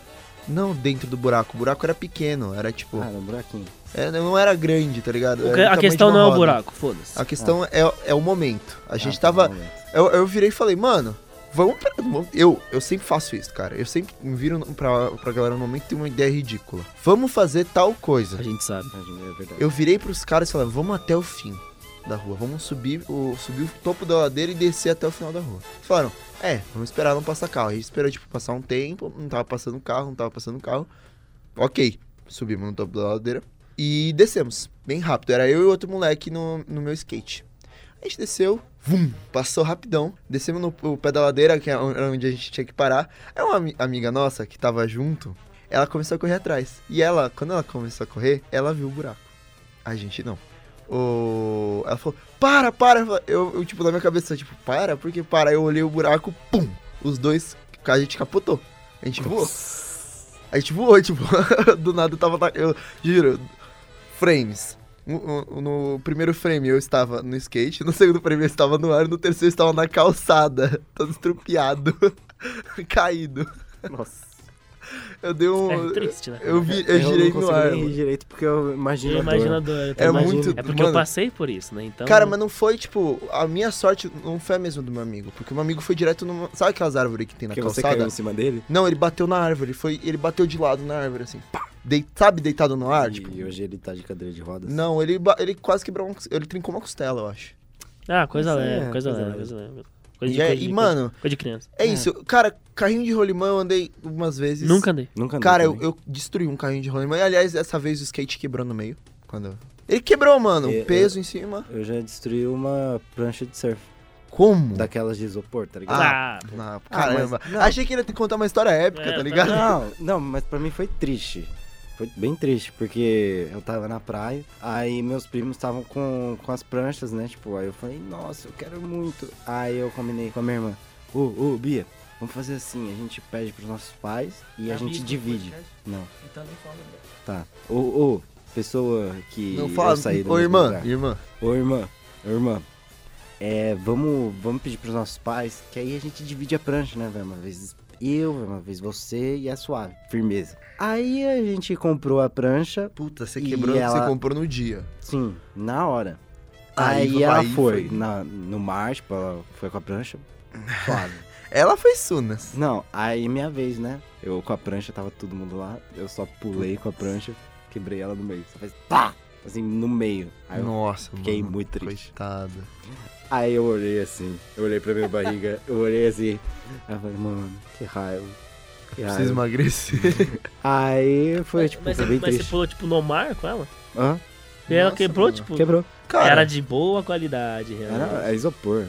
Speaker 2: Não dentro do buraco. O buraco era pequeno, era tipo.
Speaker 1: Ah, era um buraquinho.
Speaker 2: era- não era grande, tá ligado?
Speaker 3: O
Speaker 2: Era
Speaker 3: que-
Speaker 2: do
Speaker 3: a
Speaker 2: tamanho de
Speaker 3: questão
Speaker 2: uma
Speaker 3: não é o
Speaker 2: roda.
Speaker 3: buraco, foda-se.
Speaker 2: A questão é, é o momento. A gente
Speaker 1: Ah,
Speaker 2: tava.
Speaker 1: realmente.
Speaker 2: Eu, eu virei e falei, mano, vamos pra. vamos- Eu, eu sempre faço isso, cara. Eu sempre me viro pra, pra galera no momento e tenho uma ideia ridícula. Vamos fazer tal coisa.
Speaker 3: A gente sabe.
Speaker 1: É verdade.
Speaker 2: Eu virei pros caras e falei, vamos até o fim da rua. Vamos subir o, subir o topo da ladeira e descer até o final da rua. Eles Falaram, é, vamos esperar não passar carro. A gente esperou, tipo, passar um tempo. Não tava passando carro, não tava passando carro. Ok, subimos no topo da ladeira e descemos. Bem rápido. Era eu e outro moleque no, no meu skate. A gente desceu, vum, passou rapidão. Descemos no o pé da ladeira, que é onde a gente tinha que parar. Aí uma ami- amiga nossa que tava junto, ela começou a correr atrás. E ela, quando ela começou a correr, ela viu o buraco. A gente não. O... Ela falou, para, para. Eu, eu, tipo, na minha cabeça, tipo, para, porque para. Eu olhei o buraco, pum. Os dois, a gente capotou. A gente voou. A gente voou, *laughs* tipo, do nada eu tava. na- Eu juro, frames. No, no- no primeiro frame eu estava no skate, no segundo frame eu estava no ar, no terceiro eu estava na calçada, *laughs* todo estrupiado, *laughs* caído.
Speaker 1: Nossa.
Speaker 2: Eu dei um.
Speaker 3: É triste, né?
Speaker 2: eu vi, eu
Speaker 1: não
Speaker 2: girei no
Speaker 1: consigo
Speaker 2: ar.
Speaker 1: nem rir
Speaker 2: mano.
Speaker 1: direito porque eu imagino.
Speaker 3: É
Speaker 1: a dor.
Speaker 3: imaginador.
Speaker 2: É
Speaker 3: É,
Speaker 2: muito-
Speaker 3: muito, é porque
Speaker 2: mano.
Speaker 3: eu passei por isso, né? Então,
Speaker 2: Cara, mas não foi tipo. A minha sorte não foi a mesma do meu amigo, porque o meu amigo foi direto numa. Sabe aquelas árvores que tem na
Speaker 1: Porque você
Speaker 2: calçada?
Speaker 1: caiu em cima dele?
Speaker 2: Não, ele bateu na árvore, ele foi, ele bateu de lado na árvore, assim, pá, dei, sabe, deitado no ar, tipo.
Speaker 1: E hoje ele tá de cadeira de rodas.
Speaker 2: Não, ele, ba- ele quase quebrou, uma cos- ele trincou uma costela, eu acho.
Speaker 3: Ah, coisa
Speaker 1: Isso é,
Speaker 3: leve,
Speaker 1: coisa
Speaker 3: coisa leve,
Speaker 1: leve.
Speaker 3: coisa leve. Coisa
Speaker 2: E, é-
Speaker 3: coisa
Speaker 2: e,
Speaker 3: coisa-
Speaker 2: mano,
Speaker 3: Coisa de criança.
Speaker 2: é, isso. Cara, carrinho de rolimã eu andei umas vezes.
Speaker 3: Nunca andei.
Speaker 1: Nunca né? andei
Speaker 2: Cara, eu,
Speaker 1: também.
Speaker 2: eu destruí um carrinho de rolimã. E, aliás, dessa vez o skate quebrou no meio. Quando... Ele quebrou, mano.
Speaker 1: É,
Speaker 2: um peso em cima.
Speaker 1: eu já destruí uma prancha de surf.
Speaker 2: Como?
Speaker 1: Daquelas de isopor, tá ligado?
Speaker 3: Ah, pô.
Speaker 2: Ah, caramba.
Speaker 1: mas- não.
Speaker 2: Achei que ele ia te contar uma história épica,
Speaker 3: É,
Speaker 2: tá
Speaker 3: tá-
Speaker 2: ligado?
Speaker 1: Não, não, mas pra mim foi triste. Foi bem triste, porque eu tava na praia, aí meus primos estavam com, com as pranchas, né? Tipo, aí eu falei, nossa, eu quero muito. Aí eu combinei com a minha irmã, ô, ô, Bia, vamos fazer assim, a gente pede pros nossos pais
Speaker 3: é
Speaker 1: e a gente divide.
Speaker 3: né?
Speaker 1: Não.
Speaker 3: então
Speaker 1: Tá. Ô, ô, pessoa que
Speaker 2: Não fala.
Speaker 1: eu saí do
Speaker 2: Ô,
Speaker 1: mesmo
Speaker 2: irmã,
Speaker 1: lugar.
Speaker 2: irmã.
Speaker 1: Ô, irmã, ô, irmã. É, vamos, vamos pedir pros nossos pais, que aí a gente divide a prancha, né, velho? Uma vez eu, velho, uma vez você e a suave. Firmeza. Aí a gente comprou a prancha,
Speaker 2: Puta, você
Speaker 1: E
Speaker 2: quebrou, você
Speaker 1: ela-
Speaker 2: comprou no dia.
Speaker 1: sim, na hora.
Speaker 2: Aí
Speaker 1: Aí,
Speaker 2: foi-
Speaker 1: ela
Speaker 2: aí
Speaker 1: foi,
Speaker 2: foi.
Speaker 1: na- no mar, tipo, ela foi com a prancha. Suave.
Speaker 2: *laughs* Ela fez sunas.
Speaker 1: Não, aí minha vez, né? Eu com a prancha, tava todo mundo lá. Eu só pulei com a prancha, quebrei ela no meio. Só fez pá! Assim, no meio. Aí eu
Speaker 2: Nossa,
Speaker 1: fiquei
Speaker 2: mano.
Speaker 1: muito triste.
Speaker 2: Coitada.
Speaker 1: Aí eu olhei assim, eu olhei pra minha barriga, eu olhei assim. Aí eu falei, mano, que raiva. Que
Speaker 2: Precisa
Speaker 1: raiva. *laughs*
Speaker 2: emagrecer.
Speaker 1: Aí foi, tipo,
Speaker 3: mas,
Speaker 1: foi bem
Speaker 3: mas você
Speaker 1: triste.
Speaker 3: pulou, tipo, no mar com ela?
Speaker 1: Hã?
Speaker 3: E ela
Speaker 2: Nossa,
Speaker 3: quebrou,
Speaker 2: mano.
Speaker 3: tipo...
Speaker 1: Quebrou.
Speaker 2: Cara,
Speaker 3: Era de boa qualidade, realmente.
Speaker 1: Era, é isopor.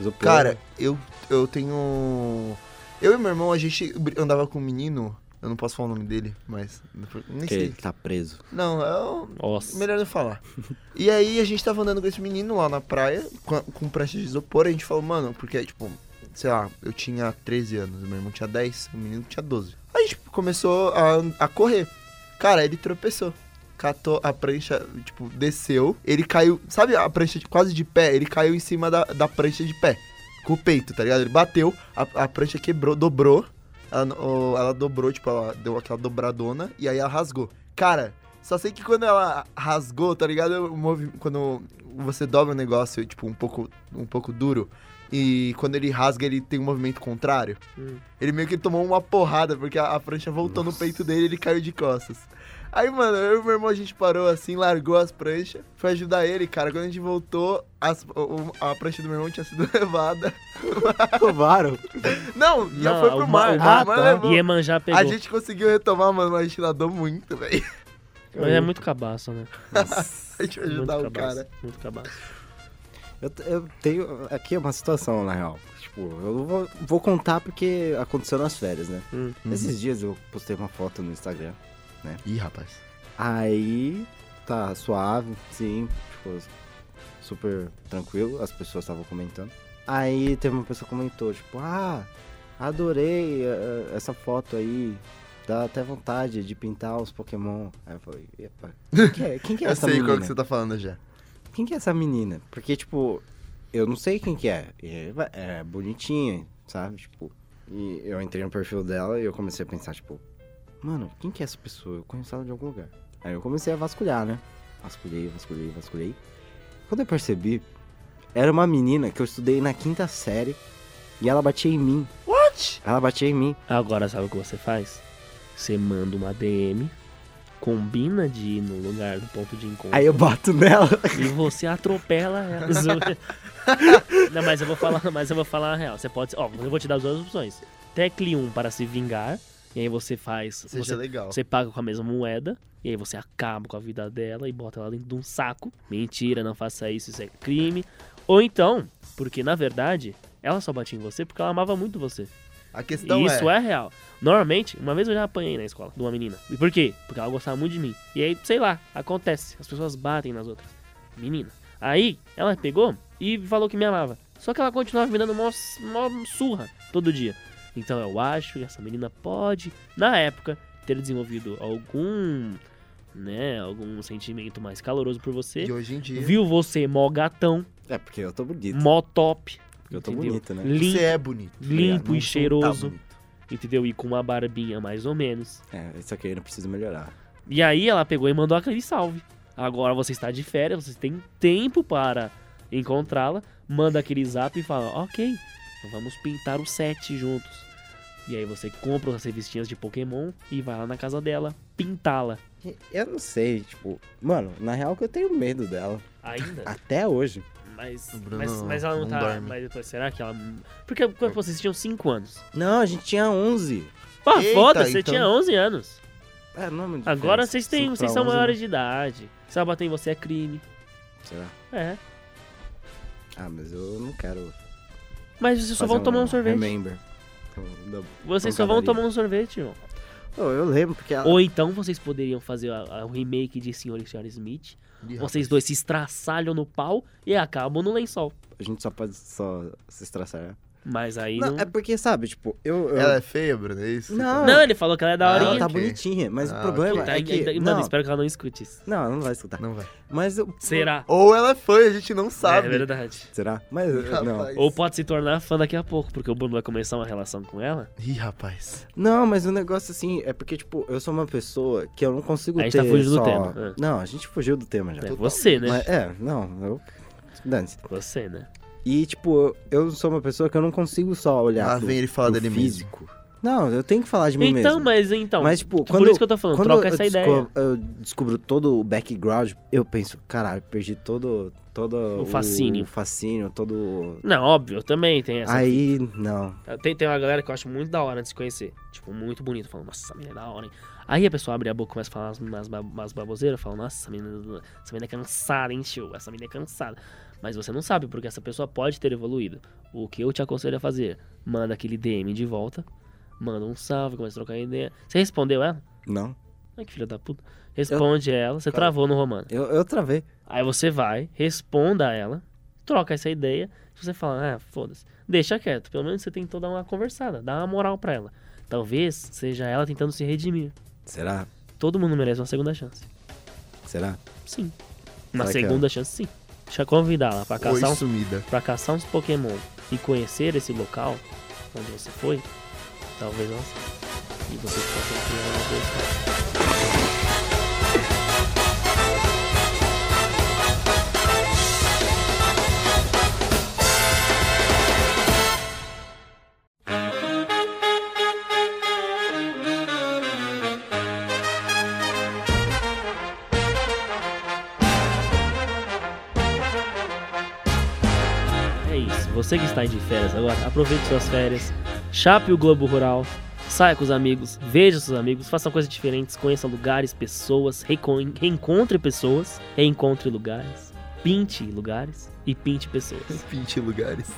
Speaker 1: Isopor.
Speaker 2: Cara, eu, eu tenho. Eu e meu irmão, a gente br- andava com um menino. Eu não posso falar o nome dele, mas. depois- Nem
Speaker 1: que ele
Speaker 2: sei.
Speaker 1: tá *laughs* preso.
Speaker 2: Não, é eu.
Speaker 3: Nossa.
Speaker 2: Melhor não falar. E aí a gente tava andando com esse menino lá na praia, com, com prancha de isopor, a gente falou, mano, porque, tipo, sei lá, eu tinha 13 anos, meu irmão tinha 10, o menino tinha 12. Aí a gente começou a, a correr. Cara, ele tropeçou. Catou a prancha, tipo, desceu. Ele caiu, sabe a prancha de- quase de pé? Ele caiu em cima da, da prancha de pé, com o peito, tá ligado? Ele bateu, a, a prancha quebrou, dobrou. Ela, no- o- ela dobrou, tipo, ela deu aquela dobradona e aí ela rasgou. Cara, só sei que quando ela rasgou, tá ligado? O movi- Quando você dobra o negócio, tipo, um pouco, um pouco duro, e quando ele rasga, ele tem um movimento contrário.
Speaker 3: Hum.
Speaker 2: Ele meio que tomou uma porrada, porque a, a prancha voltou no peito dele e ele caiu de costas. Aí, mano, eu e meu irmão, a gente parou assim, largou as pranchas, foi ajudar ele, cara. Quando a gente voltou, as- o- o- a prancha do meu irmão tinha sido *laughs* levada.
Speaker 1: Roubaram.
Speaker 2: Não, já
Speaker 3: Não,
Speaker 2: foi pro
Speaker 3: o né? mar-
Speaker 2: mar.
Speaker 3: o
Speaker 1: mar
Speaker 2: o mar
Speaker 1: tá.
Speaker 2: levou.
Speaker 3: Iemanjá pegou.
Speaker 2: A gente conseguiu retomar, mano, mas a gente nadou muito, velho.
Speaker 3: Mas é muito cabaço, né?
Speaker 2: *laughs* A gente vai
Speaker 3: Muito
Speaker 2: ajudar o
Speaker 3: cabaço,
Speaker 2: cara.
Speaker 3: Muito cabaço.
Speaker 1: Eu, t- eu tenho. Aqui é uma situação, na real. Tipo, eu vou, vou contar porque aconteceu nas férias, né?
Speaker 3: Hum.
Speaker 1: Esses dias eu postei uma foto no Instagram.
Speaker 2: Ih, rapaz.
Speaker 1: Aí tá suave, sim, tipo, super tranquilo, as pessoas estavam comentando. Aí teve uma pessoa que comentou, tipo, ah, adorei eh, essa foto aí. Dá até vontade de pintar os Pokémon. Aí eu falei, epa, quem que é, quem que é
Speaker 2: *laughs* Eu
Speaker 1: essa
Speaker 2: sei
Speaker 1: menina?
Speaker 2: qual que você tá falando já.
Speaker 1: Quem que é essa menina? Porque, tipo, eu não sei quem que é. E É, é bonitinha, sabe? Tipo, e eu entrei no perfil dela e eu comecei a pensar, tipo, mano, quem que é essa pessoa? Eu conheço ela de algum lugar. Aí eu comecei a vasculhar, né? Vasculhei, vasculhei, vasculhei. Quando eu percebi, era uma menina que eu estudei na quinta série e ela batia em mim. What? Ela batia em mim.
Speaker 3: Agora sabe o que você faz? Você manda uma DM, combina de ir no lugar do ponto de encontro
Speaker 1: Aí eu bato
Speaker 3: *laughs*
Speaker 1: nela.
Speaker 3: e você atropela
Speaker 2: *laughs*
Speaker 3: ela. Zoeira. Não, mas eu vou falar, mas eu vou falar a real. Você pode, ó, eu vou te dar as duas opções. Tecle 1 para se vingar, e aí você faz,
Speaker 2: Seja
Speaker 3: você
Speaker 2: é legal.
Speaker 3: Você paga com a mesma moeda, e aí você acaba com a vida dela e bota ela dentro de um saco. Mentira, não faça isso, isso é crime. Ou então, porque na verdade, ela só batia em você porque ela amava muito você.
Speaker 2: A questão
Speaker 3: e isso é. real. Normalmente, uma vez eu já apanhei na escola de uma menina. E por quê? Porque ela gostava muito de mim. E aí, sei lá, acontece. As pessoas batem nas outras. Menina. Aí, ela pegou e falou que me amava. Só que ela continuava me dando mó, mó surra todo dia. Então eu acho que essa menina pode, na época, ter desenvolvido algum. né, algum sentimento mais caloroso por
Speaker 2: E
Speaker 3: você.
Speaker 2: hoje em dia.
Speaker 3: Viu você mó gatão,
Speaker 1: É porque eu tô bonito.
Speaker 3: mó top.
Speaker 1: Porque eu tô
Speaker 3: entendeu?
Speaker 1: bonito, né?
Speaker 3: Limpo,
Speaker 2: Você é bonito.
Speaker 1: um
Speaker 3: limpo e cheiroso
Speaker 2: Tá bonito.
Speaker 3: entendeu? E com uma barbinha mais ou menos.
Speaker 1: É, isso aqui eu não preciso melhorar.
Speaker 3: E aí ela pegou e mandou aquele salve. Agora você está de férias, você tem tempo para encontrá-la, manda aquele zap e fala, ok, então vamos pintar o set juntos. E aí você compra as revistinhas de Pokémon e vai lá na casa dela pintá-la.
Speaker 1: Eu não sei, tipo, mano, na real que eu tenho medo dela.
Speaker 3: Ainda,
Speaker 1: Até hoje.
Speaker 3: mas,
Speaker 2: O Bruno
Speaker 3: mas, mas ela não,
Speaker 2: não
Speaker 3: tá.
Speaker 2: dorme.
Speaker 3: Mas depois, será que ela. Porque quando vocês tinham 5 anos.
Speaker 1: Não, a gente tinha 11.
Speaker 3: Pá,
Speaker 2: Eita,
Speaker 3: foda-se, você
Speaker 2: então-
Speaker 3: tinha 11 anos.
Speaker 1: É, não é muito
Speaker 3: Agora
Speaker 1: diferente.
Speaker 3: vocês, têm,
Speaker 1: Cinco pra
Speaker 3: vocês
Speaker 1: né?
Speaker 3: são
Speaker 2: né?
Speaker 1: 11,
Speaker 3: maiores de idade. Se ela bater em você é crime.
Speaker 1: né? Será?
Speaker 3: É.
Speaker 1: Ah, mas eu não quero.
Speaker 3: Mas vocês só
Speaker 1: fazer
Speaker 3: vão tomar um sorvete.
Speaker 1: Remember. Então, não.
Speaker 3: Vocês só vão
Speaker 1: pancadaria.
Speaker 3: tomar um sorvete, irmão.
Speaker 1: Não, eu lembro porque ela.
Speaker 3: Ou então vocês poderiam fazer a- a- o remake de Senhor e Senhora Smith.
Speaker 2: Ih,
Speaker 3: Vocês dois se estraçalham no pau e acabam no lençol.
Speaker 1: A gente só pode só se estressar.
Speaker 3: Mas aí não.
Speaker 1: Não, é porque, sabe, tipo, eu. eu-
Speaker 2: Ela é feia, Bruno, é isso?
Speaker 1: Não.
Speaker 3: Não, ele falou que ela é
Speaker 2: Ah,
Speaker 1: Ela
Speaker 3: daorinha.
Speaker 1: tá
Speaker 2: ok.
Speaker 1: bonitinha, mas
Speaker 2: Ah,
Speaker 1: o problema
Speaker 3: Puta,
Speaker 1: é
Speaker 3: ainda-
Speaker 1: que.
Speaker 3: ainda-
Speaker 1: não,
Speaker 3: Tá, Mano, espero que ela não escute isso.
Speaker 1: não, não vai escutar.
Speaker 2: Não vai.
Speaker 1: Mas eu.
Speaker 3: Será?
Speaker 2: Ou ela é feia, a gente não sabe.
Speaker 3: É verdade.
Speaker 1: Será? Mas eu- não.
Speaker 2: *laughs* Rapaz.
Speaker 3: Ou pode se tornar fã daqui a pouco, porque o Bruno vai começar uma relação com ela.
Speaker 2: Ih, rapaz.
Speaker 1: Não, mas o negócio assim é porque, tipo, eu sou uma pessoa que eu não consigo
Speaker 3: A gente
Speaker 1: ter.
Speaker 3: tá fugindo do
Speaker 1: só...
Speaker 3: tema, é.
Speaker 1: Não, a gente fugiu do tema já.
Speaker 3: É você, né?
Speaker 1: Mas, é, não, eu. Dane-se.
Speaker 3: Você, né?
Speaker 1: E, tipo, eu sou uma pessoa que eu não consigo só olhar.
Speaker 2: Lá
Speaker 1: pro-
Speaker 2: Ah, vem ele falar
Speaker 1: pro
Speaker 2: dele mesmo.
Speaker 1: físico. Não, eu tenho que falar de mim
Speaker 3: Então,
Speaker 1: mesmo.
Speaker 3: mas então.
Speaker 1: Mas, tipo,
Speaker 3: por
Speaker 1: quando-
Speaker 3: isso que eu tô falando,
Speaker 1: Quando
Speaker 3: troca
Speaker 1: eu
Speaker 3: essa
Speaker 1: desco-
Speaker 3: ideia.
Speaker 1: eu descubro todo o background, eu penso, caralho, perdi todo, todo
Speaker 3: O fascínio.
Speaker 1: O fascínio, todo.
Speaker 3: Não, óbvio, eu também tem essa.
Speaker 1: Aí, não.
Speaker 3: Tem, tem uma galera que eu acho muito da hora de se conhecer. Tipo, muito bonito. Falando, nossa, essa menina é da hora, hein? Aí a pessoa abre a boca e começa a falar umas, umas, ba- umas baboseiras. Fala, nossa, essa menina, essa menina é cansada, hein, tio? Essa menina é cansada. Mas você não sabe, porque essa pessoa pode ter evoluído. O que eu te aconselho a fazer? Manda aquele DM de volta. Manda um salve, começa a trocar ideia. Você respondeu ela?
Speaker 1: Não.
Speaker 3: Ai, que filha da puta. Responde ela. Você
Speaker 1: Cara.
Speaker 3: travou no romano.
Speaker 1: Eu, eu travei.
Speaker 3: Aí você vai, responda a ela, troca essa ideia. Se você falar, ah, foda-se, deixa quieto. Pelo menos você tentou dar uma conversada, dar uma moral pra ela. Talvez seja ela tentando se redimir.
Speaker 1: Será?
Speaker 3: Todo mundo merece uma segunda chance.
Speaker 1: Será?
Speaker 3: Sim. Uma
Speaker 1: Será que
Speaker 3: segunda chance, sim. Deixa eu convidá-la pra
Speaker 2: Oi,
Speaker 3: caçar, uns,
Speaker 2: sumida.
Speaker 3: pra caçar uns Pokémon e conhecer esse local onde você foi. Talvez ela saiba. E você possa criar uma boa história. É isso. Você que está aí de férias agora, aproveite suas férias, chape o Globo Rural, saia com os amigos, veja seus amigos, faça coisas diferentes, conheça lugares, pessoas, recon- reencontre pessoas, reencontre lugares, pinte lugares e pinte pessoas.
Speaker 2: Pinte lugares.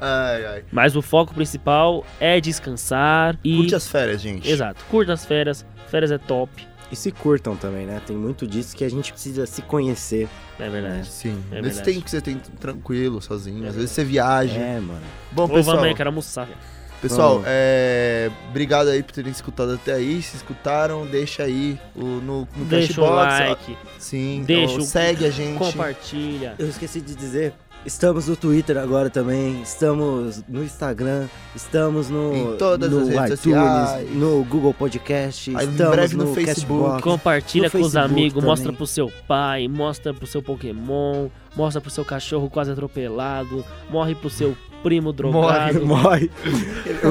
Speaker 2: Ai, ai.
Speaker 3: Mas o foco principal é descansar e.
Speaker 2: Curte as férias, gente.
Speaker 3: Exato, curta as férias, férias é top,
Speaker 1: E se curtam também, né? Tem muito disso que a gente precisa se conhecer.
Speaker 3: é verdade.
Speaker 2: Sim.
Speaker 3: É
Speaker 2: Nesse
Speaker 3: verdade.
Speaker 2: tempo que você tem tranquilo, sozinho.
Speaker 3: É
Speaker 2: Às vezes você viaja.
Speaker 1: É, mano.
Speaker 2: Bom,
Speaker 3: Ou
Speaker 2: pessoal.
Speaker 3: vamos aí, quero almoçar. velho.
Speaker 2: Pessoal,
Speaker 1: Vamos.
Speaker 2: é... obrigado aí por terem escutado até aí. Se escutaram, deixa aí o, no, no
Speaker 3: Deixa o
Speaker 2: Cashbox,
Speaker 3: like,
Speaker 2: ó. Sim,
Speaker 3: Deixa
Speaker 2: ó,
Speaker 3: o-
Speaker 2: segue a gente.
Speaker 3: compartilha.
Speaker 1: Eu esqueci de dizer, estamos no Twitter agora também, estamos no Instagram, estamos no
Speaker 2: Em todas
Speaker 1: no
Speaker 2: as redes
Speaker 1: iTunes,
Speaker 2: sociais.
Speaker 1: no Google Podcast,
Speaker 2: Aí, em
Speaker 1: estamos
Speaker 2: breve no
Speaker 1: no,
Speaker 2: Facebook.
Speaker 1: Cashbox.
Speaker 3: Compartilha
Speaker 1: No
Speaker 3: com os
Speaker 1: Facebook
Speaker 3: amigos,
Speaker 1: também.
Speaker 3: mostra pro seu pai, mostra pro seu Pokémon, mostra pro seu cachorro quase atropelado, morre pro seu primo drogado.
Speaker 1: *laughs* Morre.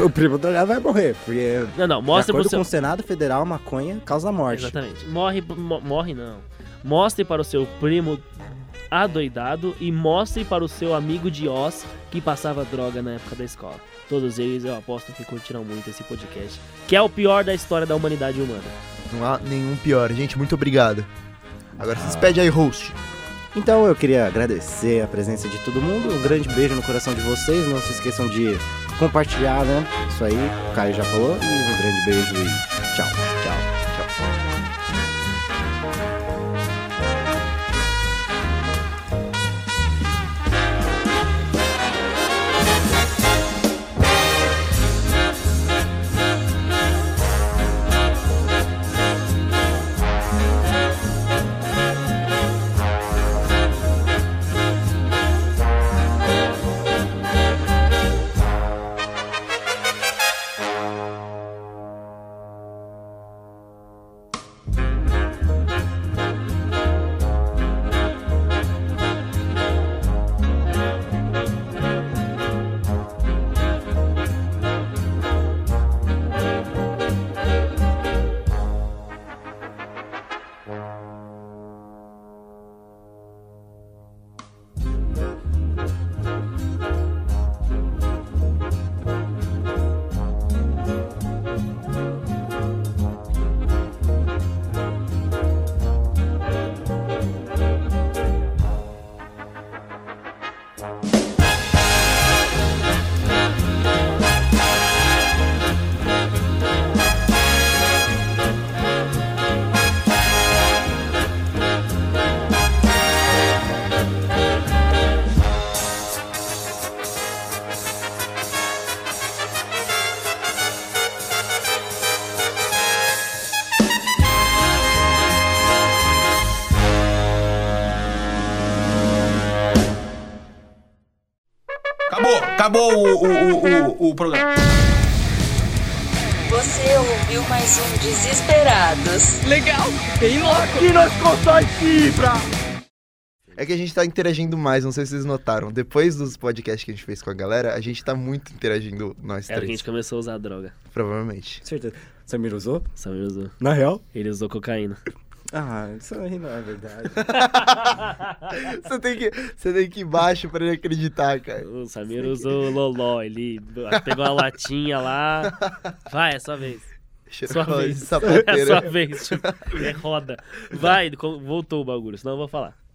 Speaker 1: o primo do vai morrer, porque
Speaker 3: Não,
Speaker 1: Mostra
Speaker 3: não,
Speaker 1: de
Speaker 3: mostra pro
Speaker 1: acordo
Speaker 3: seu.
Speaker 1: com o Senado Federal, maconha causa morte.
Speaker 3: Exatamente. Morre, mo- morre não. Mostre para o seu primo adoidado e mostre para o seu amigo de Oz que passava droga na época da escola. Todos eles eu aposto que curtiram muito esse podcast, que é o pior da história da humanidade humana.
Speaker 2: Não há nenhum pior. Gente, muito obrigado. Agora se
Speaker 3: Ah.
Speaker 2: despede aí, host.
Speaker 1: Então eu queria agradecer a presença de todo mundo. Um grande beijo no coração de vocês. Não se esqueçam de compartilhar, né? Isso aí, o Caio já falou. E um grande beijo e tchau. Tchau. Tchau.
Speaker 7: Acabou, acabou o, o, o, o, o programa.
Speaker 5: Você ouviu mais um Desesperados.
Speaker 6: Legal, bem louco.
Speaker 2: É que a gente tá interagindo mais, não sei se vocês notaram. Depois dos podcasts que a gente fez com a galera, a gente tá muito interagindo nós
Speaker 3: É a
Speaker 2: três.
Speaker 3: gente começou a usar droga.
Speaker 2: Provavelmente. *laughs*
Speaker 1: Com certeza. Samir usou?
Speaker 3: Samir usou.
Speaker 1: Na real?
Speaker 3: Ele usou cocaína.
Speaker 1: Ah, isso aí não é verdade.
Speaker 2: Você tem que, você tem que ir baixo pra ele acreditar, cara.
Speaker 3: O Samir usou loló, ele pegou a latinha lá. Vai, é sua vez. Sua
Speaker 2: Cheirou
Speaker 3: vez. *laughs* É
Speaker 2: sapateira.
Speaker 3: sua vez. É roda. Vai, co- voltou o bagulho, senão eu vou falar.